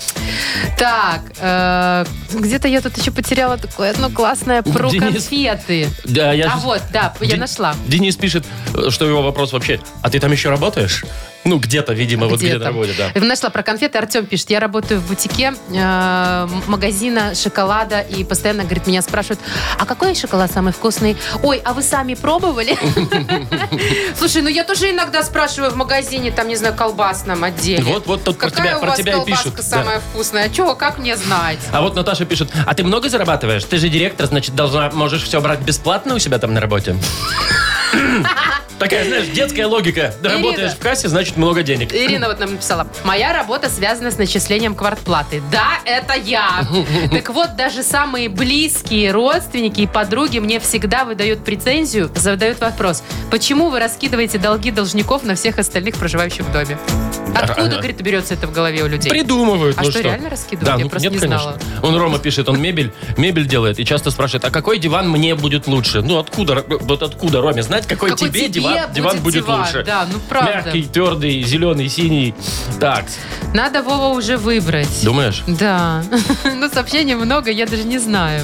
[SPEAKER 2] Так, э, где-то я тут еще потеряла такое одно классное про
[SPEAKER 1] Денис.
[SPEAKER 2] конфеты.
[SPEAKER 1] Да, я
[SPEAKER 2] А
[SPEAKER 1] ж-
[SPEAKER 2] вот, да, я
[SPEAKER 1] Ден-
[SPEAKER 2] нашла.
[SPEAKER 1] Денис пишет, э, что его вопрос вообще, а ты там еще работаешь? Ну, где-то, видимо, вот где-то
[SPEAKER 2] там.
[SPEAKER 1] работе, да.
[SPEAKER 2] Нашла про конфеты. Артем пишет, я работаю в бутике э, м- магазина шоколада и постоянно, говорит, меня спрашивают, а какой шоколад самый вкусный? Ой, а вы сами пробовали? Слушай, ну я тоже иногда спрашиваю в магазине, там, не знаю, колбасном отделе.
[SPEAKER 1] Вот, вот тут про тебя,
[SPEAKER 2] Какая у
[SPEAKER 1] про
[SPEAKER 2] вас
[SPEAKER 1] тебя и
[SPEAKER 2] колбаска
[SPEAKER 1] пишут. да.
[SPEAKER 2] самая вкусная? А Чего, как мне знать?
[SPEAKER 1] А вот Наташа пишет, а ты много зарабатываешь? Ты же директор, значит, должна, можешь все брать бесплатно у себя там на работе? Такая, знаешь, детская логика. Да
[SPEAKER 2] Ирина.
[SPEAKER 1] Работаешь в кассе, значит, много денег.
[SPEAKER 2] Ирина вот нам написала, моя работа связана с начислением квартплаты. Да, это я. Так вот, даже самые близкие родственники и подруги мне всегда выдают претензию, задают вопрос, почему вы раскидываете долги должников на всех остальных проживающих в доме? Откуда,
[SPEAKER 1] Ага.
[SPEAKER 2] говорит, берется это в голове у людей?
[SPEAKER 1] Придумывают.
[SPEAKER 2] А
[SPEAKER 1] ну
[SPEAKER 2] что, реально раскидывают?
[SPEAKER 1] Да,
[SPEAKER 2] Я
[SPEAKER 1] ну,
[SPEAKER 2] просто
[SPEAKER 1] нет,
[SPEAKER 2] не
[SPEAKER 1] конечно.
[SPEAKER 2] знала.
[SPEAKER 1] Он Рома пишет, он мебель, мебель делает и часто спрашивает, а какой диван мне будет лучше? Ну откуда, Ро- вот откуда, Роме, знать, какой,
[SPEAKER 2] Какой
[SPEAKER 1] тебе,
[SPEAKER 2] тебе
[SPEAKER 1] диван,
[SPEAKER 2] будет
[SPEAKER 1] диван будет
[SPEAKER 2] диван,
[SPEAKER 1] лучше?
[SPEAKER 2] да, ну, правда.
[SPEAKER 1] Мягкий, твердый, зеленый, синий. Так,
[SPEAKER 2] Надо Вова уже выбрать.
[SPEAKER 1] думаешь?
[SPEAKER 2] Да. Ну, сообщений много, я даже не знаю.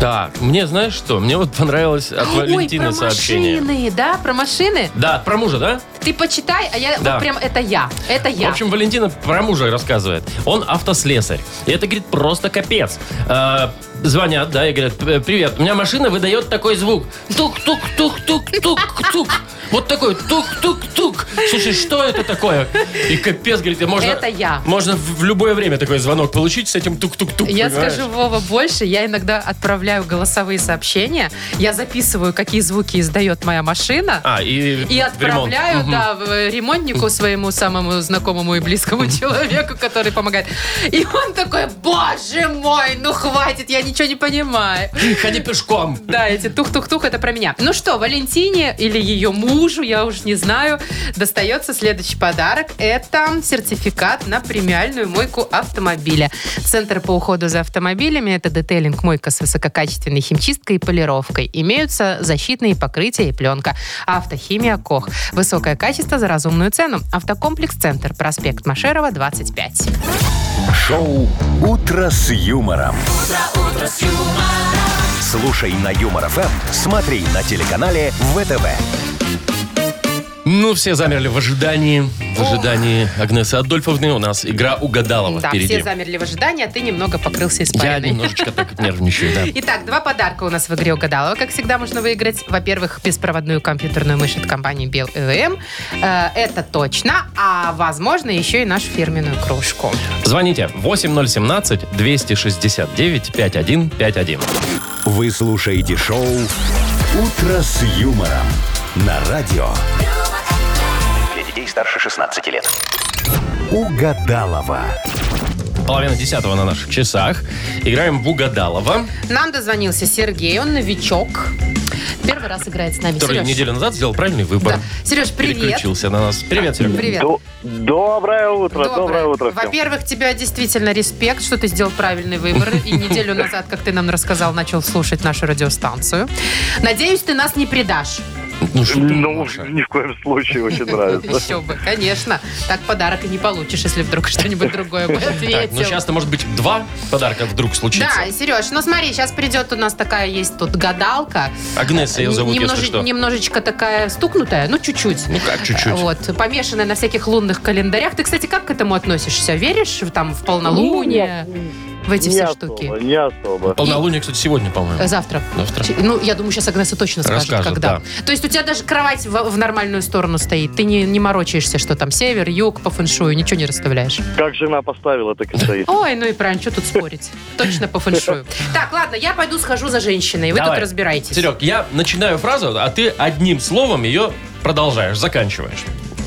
[SPEAKER 1] Так, мне знаешь что? Мне вот понравилось от Валентины
[SPEAKER 2] Ой, про
[SPEAKER 1] сообщение.
[SPEAKER 2] машины, да? Про машины?
[SPEAKER 1] Да, про мужа, да?
[SPEAKER 2] Ты почитай, а я
[SPEAKER 1] Да.
[SPEAKER 2] вот прям это я. Это я.
[SPEAKER 1] В общем, Валентина про мужа рассказывает. Он автослесарь. И это, говорит, просто капец. Э, звонят, да, и говорят, «Э, привет, у меня машина выдает такой звук. Тук-тук-тук-тук-тук-тук. Вот такой тук-тук-тук. Слушай, что это такое? И капец, говорит, и можно...
[SPEAKER 2] Это я.
[SPEAKER 1] Можно в в любое время такой звонок получить с этим тук-тук-тук.
[SPEAKER 2] Я
[SPEAKER 1] понимаешь?
[SPEAKER 2] скажу, Вова, больше. Я иногда отправляю голосовые сообщения. Я записываю, какие звуки издает моя машина.
[SPEAKER 1] А, и,
[SPEAKER 2] И
[SPEAKER 1] в ремонт.
[SPEAKER 2] отправляю, да, в, э, ремонтнику своему самому знакомому и близкому человеку, который помогает. И он такой, боже мой, ну хватит, я ничего не понимаю.
[SPEAKER 1] Ходи пешком.
[SPEAKER 2] Да, эти тух-тух-тух, это про меня. Ну что, Валентине или ее мужу, я уж не знаю, достается следующий подарок. Это сертификат на премиальную мойку автомобиля. Центр по уходу за автомобилями – это детейлинг мойка с высококачественной химчисткой и полировкой. Имеются защитные покрытия и пленка. Автохимия КОХ. Высокое качество за разумную цену. Автокомплекс «Центр», проспект Машерова, 25.
[SPEAKER 3] Шоу «Утро с юмором». Слушай на Юмор ФМ, смотри на телеканале ВТВ.
[SPEAKER 1] Ну, все замерли в ожидании. В ожидании Агнесы Адольфовны у нас игра угадалова
[SPEAKER 2] Да,
[SPEAKER 1] впереди.
[SPEAKER 2] все замерли в ожидании, а ты немного покрылся
[SPEAKER 1] Я
[SPEAKER 2] испариной.
[SPEAKER 1] немножечко так нервничаю, да.
[SPEAKER 2] Итак, два подарка у нас в игре угадалова. Как всегда, можно выиграть, во-первых, беспроводную компьютерную мышь от компании BLM. это точно. А, возможно, еще и нашу фирменную кружку.
[SPEAKER 1] Звоните 8017-269-5151.
[SPEAKER 3] Вы слушаете шоу «Утро с юмором» на радио
[SPEAKER 5] Для детей старше 16 лет.
[SPEAKER 3] «Угадалова».
[SPEAKER 1] Половина десятого на наших часах. Играем в Угадалова,
[SPEAKER 2] Нам дозвонился Сергей, он новичок. Первый раз играет с нами.
[SPEAKER 1] который
[SPEAKER 2] Сереж,
[SPEAKER 1] неделю назад сделал правильный выбор.
[SPEAKER 2] да. Сереж, привет.
[SPEAKER 1] Переключился на нас. Привет, Серега.
[SPEAKER 2] Привет.
[SPEAKER 6] До- Доброе утро, доброе, утро всем.
[SPEAKER 2] Во-первых, тебя действительно респект, что ты сделал правильный выбор. И неделю назад, как ты нам рассказал, начал слушать нашу радиостанцию. Надеюсь, ты нас не предашь.
[SPEAKER 1] Ну, что ты,
[SPEAKER 6] Ну,
[SPEAKER 1] Маша?
[SPEAKER 6] ни в коем случае очень нравится.
[SPEAKER 2] Еще бы, конечно. Так подарок и не получишь, если вдруг что-нибудь другое бы
[SPEAKER 1] Так, ну
[SPEAKER 2] ответил.
[SPEAKER 1] сейчас-то, может быть, два подарка вдруг случится.
[SPEAKER 2] Да, Сереж, ну смотри, сейчас придет у нас такая есть тут гадалка.
[SPEAKER 1] Агнеса ее зовут,
[SPEAKER 2] Немножи-
[SPEAKER 1] если что.
[SPEAKER 2] Немножечко такая стукнутая, ну чуть-чуть.
[SPEAKER 1] Ну как чуть-чуть?
[SPEAKER 2] Вот, помешанная на всяких лунных календарях. Ты, кстати, как к этому относишься? Веришь в- там в полнолуние, в эти все
[SPEAKER 6] не
[SPEAKER 2] штуки?
[SPEAKER 6] Особо, не особо.
[SPEAKER 1] Полнолуние, кстати, сегодня,
[SPEAKER 2] Э,
[SPEAKER 1] по-моему.
[SPEAKER 2] Завтра.
[SPEAKER 1] Завтра.
[SPEAKER 2] Ч- Ну, я думаю, сейчас Агнеса точно скажет,
[SPEAKER 1] Расскажет,
[SPEAKER 2] когда.
[SPEAKER 1] да.
[SPEAKER 2] То есть у тебя даже кровать в, в нормальную сторону стоит. Ты не, не морочишься, что там север, юг, по фэншую, ничего не расставляешь.
[SPEAKER 6] Как жена поставила, так и стоит.
[SPEAKER 2] Ой, ну и правильно, что тут спорить? Точно по фэншую. Так, ладно, я пойду схожу за женщиной, вы
[SPEAKER 1] Давай.
[SPEAKER 2] тут разбирайтесь.
[SPEAKER 1] Серег, я начинаю фразу, а ты одним словом ее продолжаешь, заканчиваешь.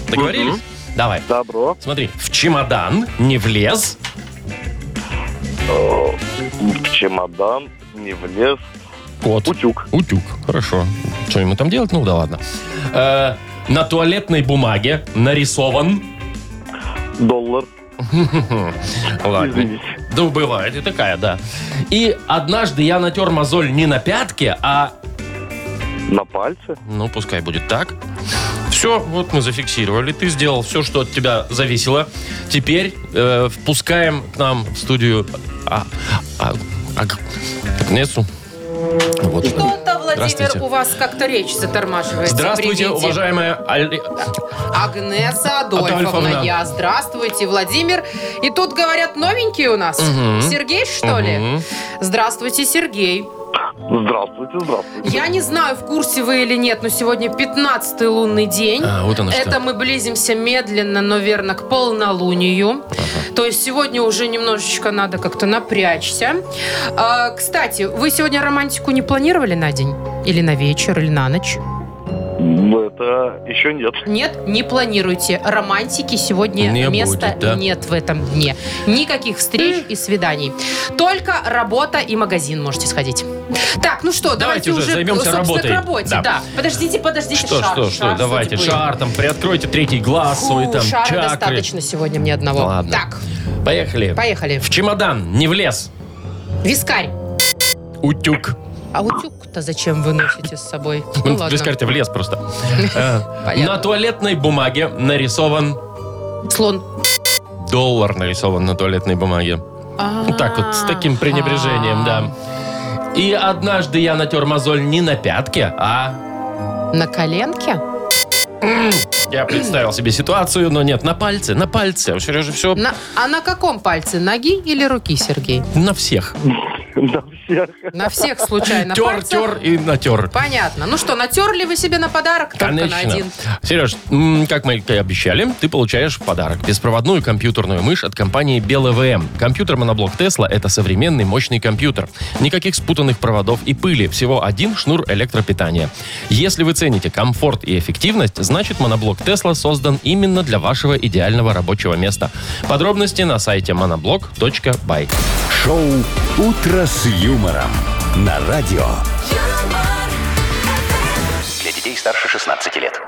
[SPEAKER 1] Договорились? Давай.
[SPEAKER 6] Добро.
[SPEAKER 1] Смотри, в чемодан не влез,
[SPEAKER 6] Э, В чемодан, не влез.
[SPEAKER 1] кот.
[SPEAKER 6] Утюг.
[SPEAKER 1] Утюг. Хорошо. Что ему там делать? Ну да ладно. Э, на туалетной бумаге нарисован...
[SPEAKER 6] Доллар.
[SPEAKER 1] Ладно.
[SPEAKER 6] Извините.
[SPEAKER 1] Да бывает, и такая, да. И однажды я натер мозоль не на пятке, а...
[SPEAKER 6] На пальце.
[SPEAKER 1] Ну, пускай будет так. Все, вот мы зафиксировали. Ты сделал все, что от тебя зависело. Теперь э, впускаем к нам в студию... А, а, Аг- Агнесу. Вот что.
[SPEAKER 2] Что-то,
[SPEAKER 1] Здравствуйте.
[SPEAKER 2] Владимир, у вас как-то речь затормаживается.
[SPEAKER 1] Здравствуйте,
[SPEAKER 2] Приведите.
[SPEAKER 1] уважаемая Али-
[SPEAKER 2] Агнеса Адольфовна.
[SPEAKER 1] Адольфовна.
[SPEAKER 2] Я. Здравствуйте, Владимир. И тут говорят новенький у нас.
[SPEAKER 1] Мгм.
[SPEAKER 2] Сергей, что ли?
[SPEAKER 1] Мгм.
[SPEAKER 2] Здравствуйте, Сергей.
[SPEAKER 6] Здравствуйте, здравствуйте.
[SPEAKER 2] Я не знаю, в курсе вы или нет, но сегодня 15-й лунный день.
[SPEAKER 1] А, вот она что.
[SPEAKER 2] Это мы близимся медленно, но верно к полнолунию. То есть сегодня уже немножечко надо как-то напрячься. А, кстати, вы сегодня романтику не планировали на день? Или на вечер, или на ночь?
[SPEAKER 6] Это еще нет.
[SPEAKER 2] Нет, не планируйте. Романтики сегодня
[SPEAKER 1] Не
[SPEAKER 2] места
[SPEAKER 1] будет, да.
[SPEAKER 2] нет в этом дне. Никаких встреч и свиданий. Только работа и магазин можете сходить. Так, ну что,
[SPEAKER 1] Давайте
[SPEAKER 2] давайте,
[SPEAKER 1] уже займемся
[SPEAKER 2] собственно,
[SPEAKER 1] работой.
[SPEAKER 2] к работе.
[SPEAKER 1] Да.
[SPEAKER 2] Да. Подождите, подождите.
[SPEAKER 1] Что,
[SPEAKER 2] шар,
[SPEAKER 1] что, что,
[SPEAKER 2] шар
[SPEAKER 1] давайте,
[SPEAKER 2] судьбы.
[SPEAKER 1] шар, там, приоткройте третий глаз
[SPEAKER 2] Фу,
[SPEAKER 1] свой, там,
[SPEAKER 2] шара
[SPEAKER 1] чакры.
[SPEAKER 2] достаточно сегодня мне одного.
[SPEAKER 1] Ладно.
[SPEAKER 2] Так,
[SPEAKER 1] Поехали.
[SPEAKER 2] поехали.
[SPEAKER 1] В чемодан не влез.
[SPEAKER 2] Вискарь.
[SPEAKER 1] Утюг.
[SPEAKER 2] А утюг-то зачем вы носите с собой? Ну
[SPEAKER 1] Ну,
[SPEAKER 2] ладно.
[SPEAKER 1] Вискарь-то влез просто. Э,
[SPEAKER 2] Понятно.
[SPEAKER 1] На туалетной бумаге нарисован
[SPEAKER 2] Слон.
[SPEAKER 1] доллар нарисован на туалетной бумаге. Вот так вот,
[SPEAKER 2] А.
[SPEAKER 1] с таким пренебрежением, да. И однажды я натер мозоль не на пятке, а...
[SPEAKER 2] На коленке?
[SPEAKER 1] Я представил себе ситуацию, но нет, на пальце, на пальце. У Сережи все
[SPEAKER 2] На- а на каком пальце? Ноги или руки, Сергей?
[SPEAKER 1] на всех.
[SPEAKER 6] На всех.
[SPEAKER 2] На всех случайно
[SPEAKER 1] Тер,
[SPEAKER 2] пальцах?
[SPEAKER 1] тер и натер.
[SPEAKER 2] Понятно. Ну что, натерли вы себе на подарок? Только на один.
[SPEAKER 1] Сереж, м, как мы и обещали, ты получаешь в подарок беспроводную компьютерную мышь от компании БелВМ. Компьютер моноблок Тесла – это современный мощный компьютер. Никаких спутанных проводов и пыли, всего один шнур электропитания. Если вы цените комфорт и эффективность, значит моноблок Тесла создан именно для вашего идеального рабочего места. Подробности на сайте monoblock.by.
[SPEAKER 3] Шоу «Утро с юмором» на радио.
[SPEAKER 5] Для детей старше 16 лет.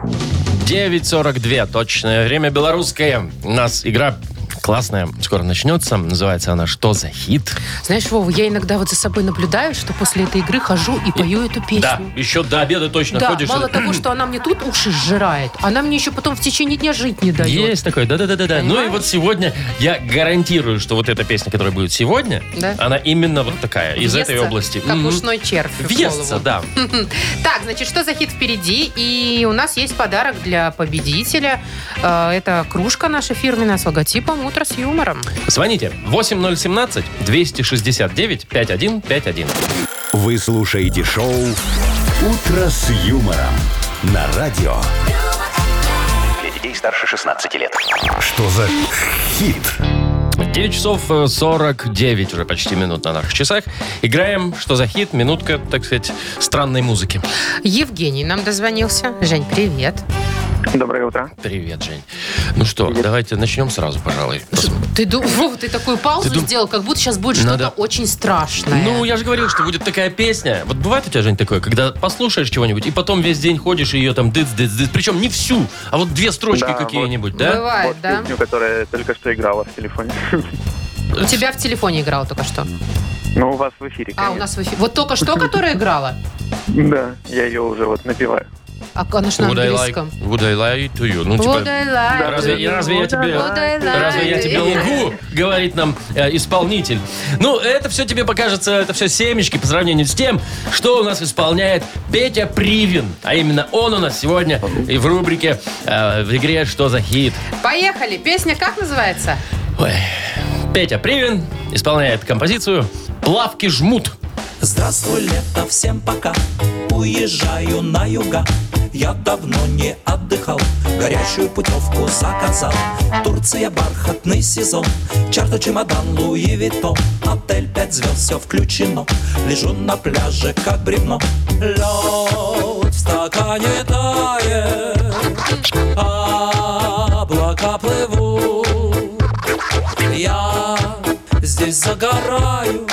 [SPEAKER 1] 9.42, точное время белорусское. У нас игра классная, скоро начнется. Называется она «Что за хит?».
[SPEAKER 2] Знаешь, Вова, я иногда вот за собой наблюдаю, что после этой игры хожу и пою эту песню.
[SPEAKER 1] Да, еще до обеда точно
[SPEAKER 2] Да,
[SPEAKER 1] ходишь.
[SPEAKER 2] мало того, что она мне тут уши сжирает, она мне еще потом в течение дня жить не дает.
[SPEAKER 1] Есть такой, да-да-да-да. Ну и
[SPEAKER 2] Понимаешь?
[SPEAKER 1] вот сегодня я гарантирую, что вот эта песня, которая будет сегодня,
[SPEAKER 2] Да.
[SPEAKER 1] она именно вот такая, из
[SPEAKER 2] Въестся,
[SPEAKER 1] этой области.
[SPEAKER 2] Как
[SPEAKER 1] Мгм.
[SPEAKER 2] ушной червь. в
[SPEAKER 1] Въестся,
[SPEAKER 2] голову.
[SPEAKER 1] да.
[SPEAKER 2] Так, значит, что за хит впереди? И у нас есть подарок для победителя. Э, Это кружка наша фирменная с логотипом «Утро с юмором».
[SPEAKER 1] Звоните 8017-269-5151.
[SPEAKER 3] Вы слушаете шоу «Утро с юмором» на радио.
[SPEAKER 5] Для детей старше 16 лет.
[SPEAKER 3] Что за хит?
[SPEAKER 1] 9 часов э, 49 уже почти минут на наших часах. Играем «Что за хит?» Минутка, так сказать, странной музыки.
[SPEAKER 2] Евгений нам дозвонился. Жень, привет.
[SPEAKER 4] Доброе утро.
[SPEAKER 1] Привет, Жень. Ну что, давайте начнем сразу, пожалуй.
[SPEAKER 2] Ты, ду- Вов, ты такую паузу
[SPEAKER 1] Ты дум-
[SPEAKER 2] сделал, как будто сейчас будет
[SPEAKER 1] Надо-
[SPEAKER 2] что-то очень страшное.
[SPEAKER 1] Ну, я же говорил, что будет такая песня. Вот бывает у тебя, Жень, такое, когда послушаешь чего-нибудь, и потом весь день ходишь, и ее там дыц-дыц-дыц. Причем не всю, а вот две строчки
[SPEAKER 4] Да, вот.
[SPEAKER 1] какие-нибудь, да?
[SPEAKER 2] Бывает,
[SPEAKER 4] вот
[SPEAKER 2] да?
[SPEAKER 4] песню, которая только что играла в телефоне.
[SPEAKER 2] У тебя в телефоне играла только что.
[SPEAKER 4] Ну, у вас в эфире,
[SPEAKER 2] А, у
[SPEAKER 4] конечно.
[SPEAKER 2] нас в эфире. Вот только что, которая играла?
[SPEAKER 4] Да, я ее уже вот напиваю.
[SPEAKER 2] А она ж на
[SPEAKER 1] Would I like-
[SPEAKER 2] английском.
[SPEAKER 1] would I lie to you? Ну,
[SPEAKER 2] Would
[SPEAKER 1] типа,
[SPEAKER 2] I like
[SPEAKER 4] Да,
[SPEAKER 1] разве,
[SPEAKER 2] to
[SPEAKER 1] я- разве я
[SPEAKER 2] you?
[SPEAKER 1] тебе...
[SPEAKER 2] Would I like
[SPEAKER 1] Разве я
[SPEAKER 2] to
[SPEAKER 1] тебе
[SPEAKER 2] you?
[SPEAKER 1] лгу, говорит нам э, исполнитель. Ну, это все тебе покажется, это все семечки по сравнению с тем, что у нас исполняет Петя Привин. А именно он у нас сегодня и в рубрике э, в игре «Что за хит?».
[SPEAKER 2] Поехали. Песня как называется?
[SPEAKER 1] Ой. Петя Привин исполняет композицию «Плавки жмут».
[SPEAKER 8] Здравствуй, лето, всем пока Уезжаю на юга Я давно не отдыхал Горячую путевку заказал Турция, бархатный сезон Чарта, чемодан, Луи Виттон Отель пять звезд, все включено Лежу на пляже, как бревно Лед в стакане тает Облака загораю,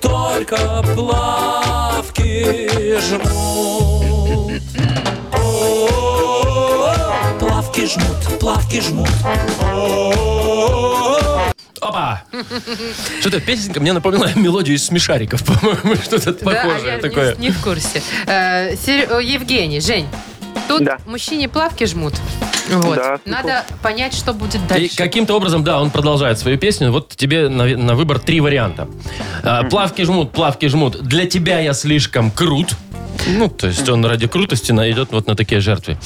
[SPEAKER 8] только плавки жмут. О-о-о, Плавки жмут, плавки жмут. О-о-о.
[SPEAKER 1] Опа! Что-то песенка мне напомнила мелодию из смешариков, по-моему, что-то
[SPEAKER 2] да, а
[SPEAKER 1] похожее
[SPEAKER 2] я
[SPEAKER 1] такое.
[SPEAKER 2] Не, не в курсе. Э, Сер- о, Евгений, Жень, тут
[SPEAKER 4] Да.
[SPEAKER 2] мужчине плавки жмут. Вот.
[SPEAKER 4] Да,
[SPEAKER 2] Надо понять, что будет
[SPEAKER 1] И
[SPEAKER 2] дальше.
[SPEAKER 1] каким-то образом, да, он продолжает свою песню. Вот тебе на, на выбор три варианта. А, Плавки жмут, плавки жмут. Для тебя я слишком крут. Ну, то есть он ради крутости идет вот на такие жертвы.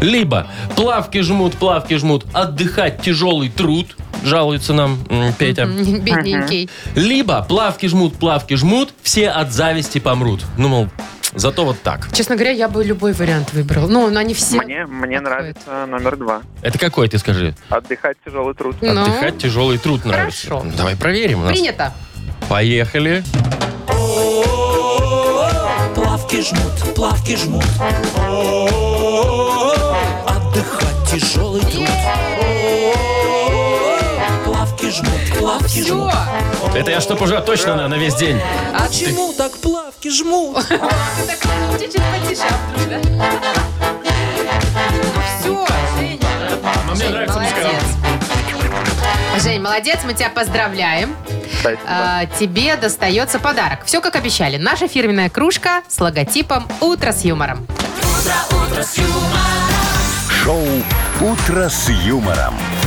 [SPEAKER 1] Либо плавки жмут, плавки жмут. Отдыхать тяжелый труд, жалуется нам м, Петя.
[SPEAKER 2] Бедненький.
[SPEAKER 1] Либо плавки жмут, плавки жмут, все от зависти помрут. Ну, мол, зато вот так.
[SPEAKER 2] Честно говоря, я бы любой вариант выбрал. Ну, но они все...
[SPEAKER 9] Мне, мне
[SPEAKER 2] подходят.
[SPEAKER 9] нравится номер два.
[SPEAKER 1] Это какой, ты скажи?
[SPEAKER 9] Отдыхать тяжелый труд.
[SPEAKER 2] Ну,
[SPEAKER 1] Отдыхать тяжелый труд нравится.
[SPEAKER 2] Хорошо.
[SPEAKER 1] Давай проверим. У нас.
[SPEAKER 2] Принято.
[SPEAKER 1] Поехали.
[SPEAKER 8] Плавки жмут, плавки жмут. О-о-о. Отдыхать тяжелый труд. О-о-о. Плавки жмут, плавки
[SPEAKER 2] Все.
[SPEAKER 8] жмут.
[SPEAKER 1] Это я чтоб уже точно на, на весь день.
[SPEAKER 8] Почему так плавки жмут?
[SPEAKER 2] Так, чуть-чуть потише, Артур, да? Ну все, Жень. Жень, молодец. Жень, молодец, мы тебя поздравляем. А, тебе достается подарок. Все как обещали. Наша фирменная кружка с логотипом «Утро с юмором».
[SPEAKER 3] Шоу «Утро с юмором».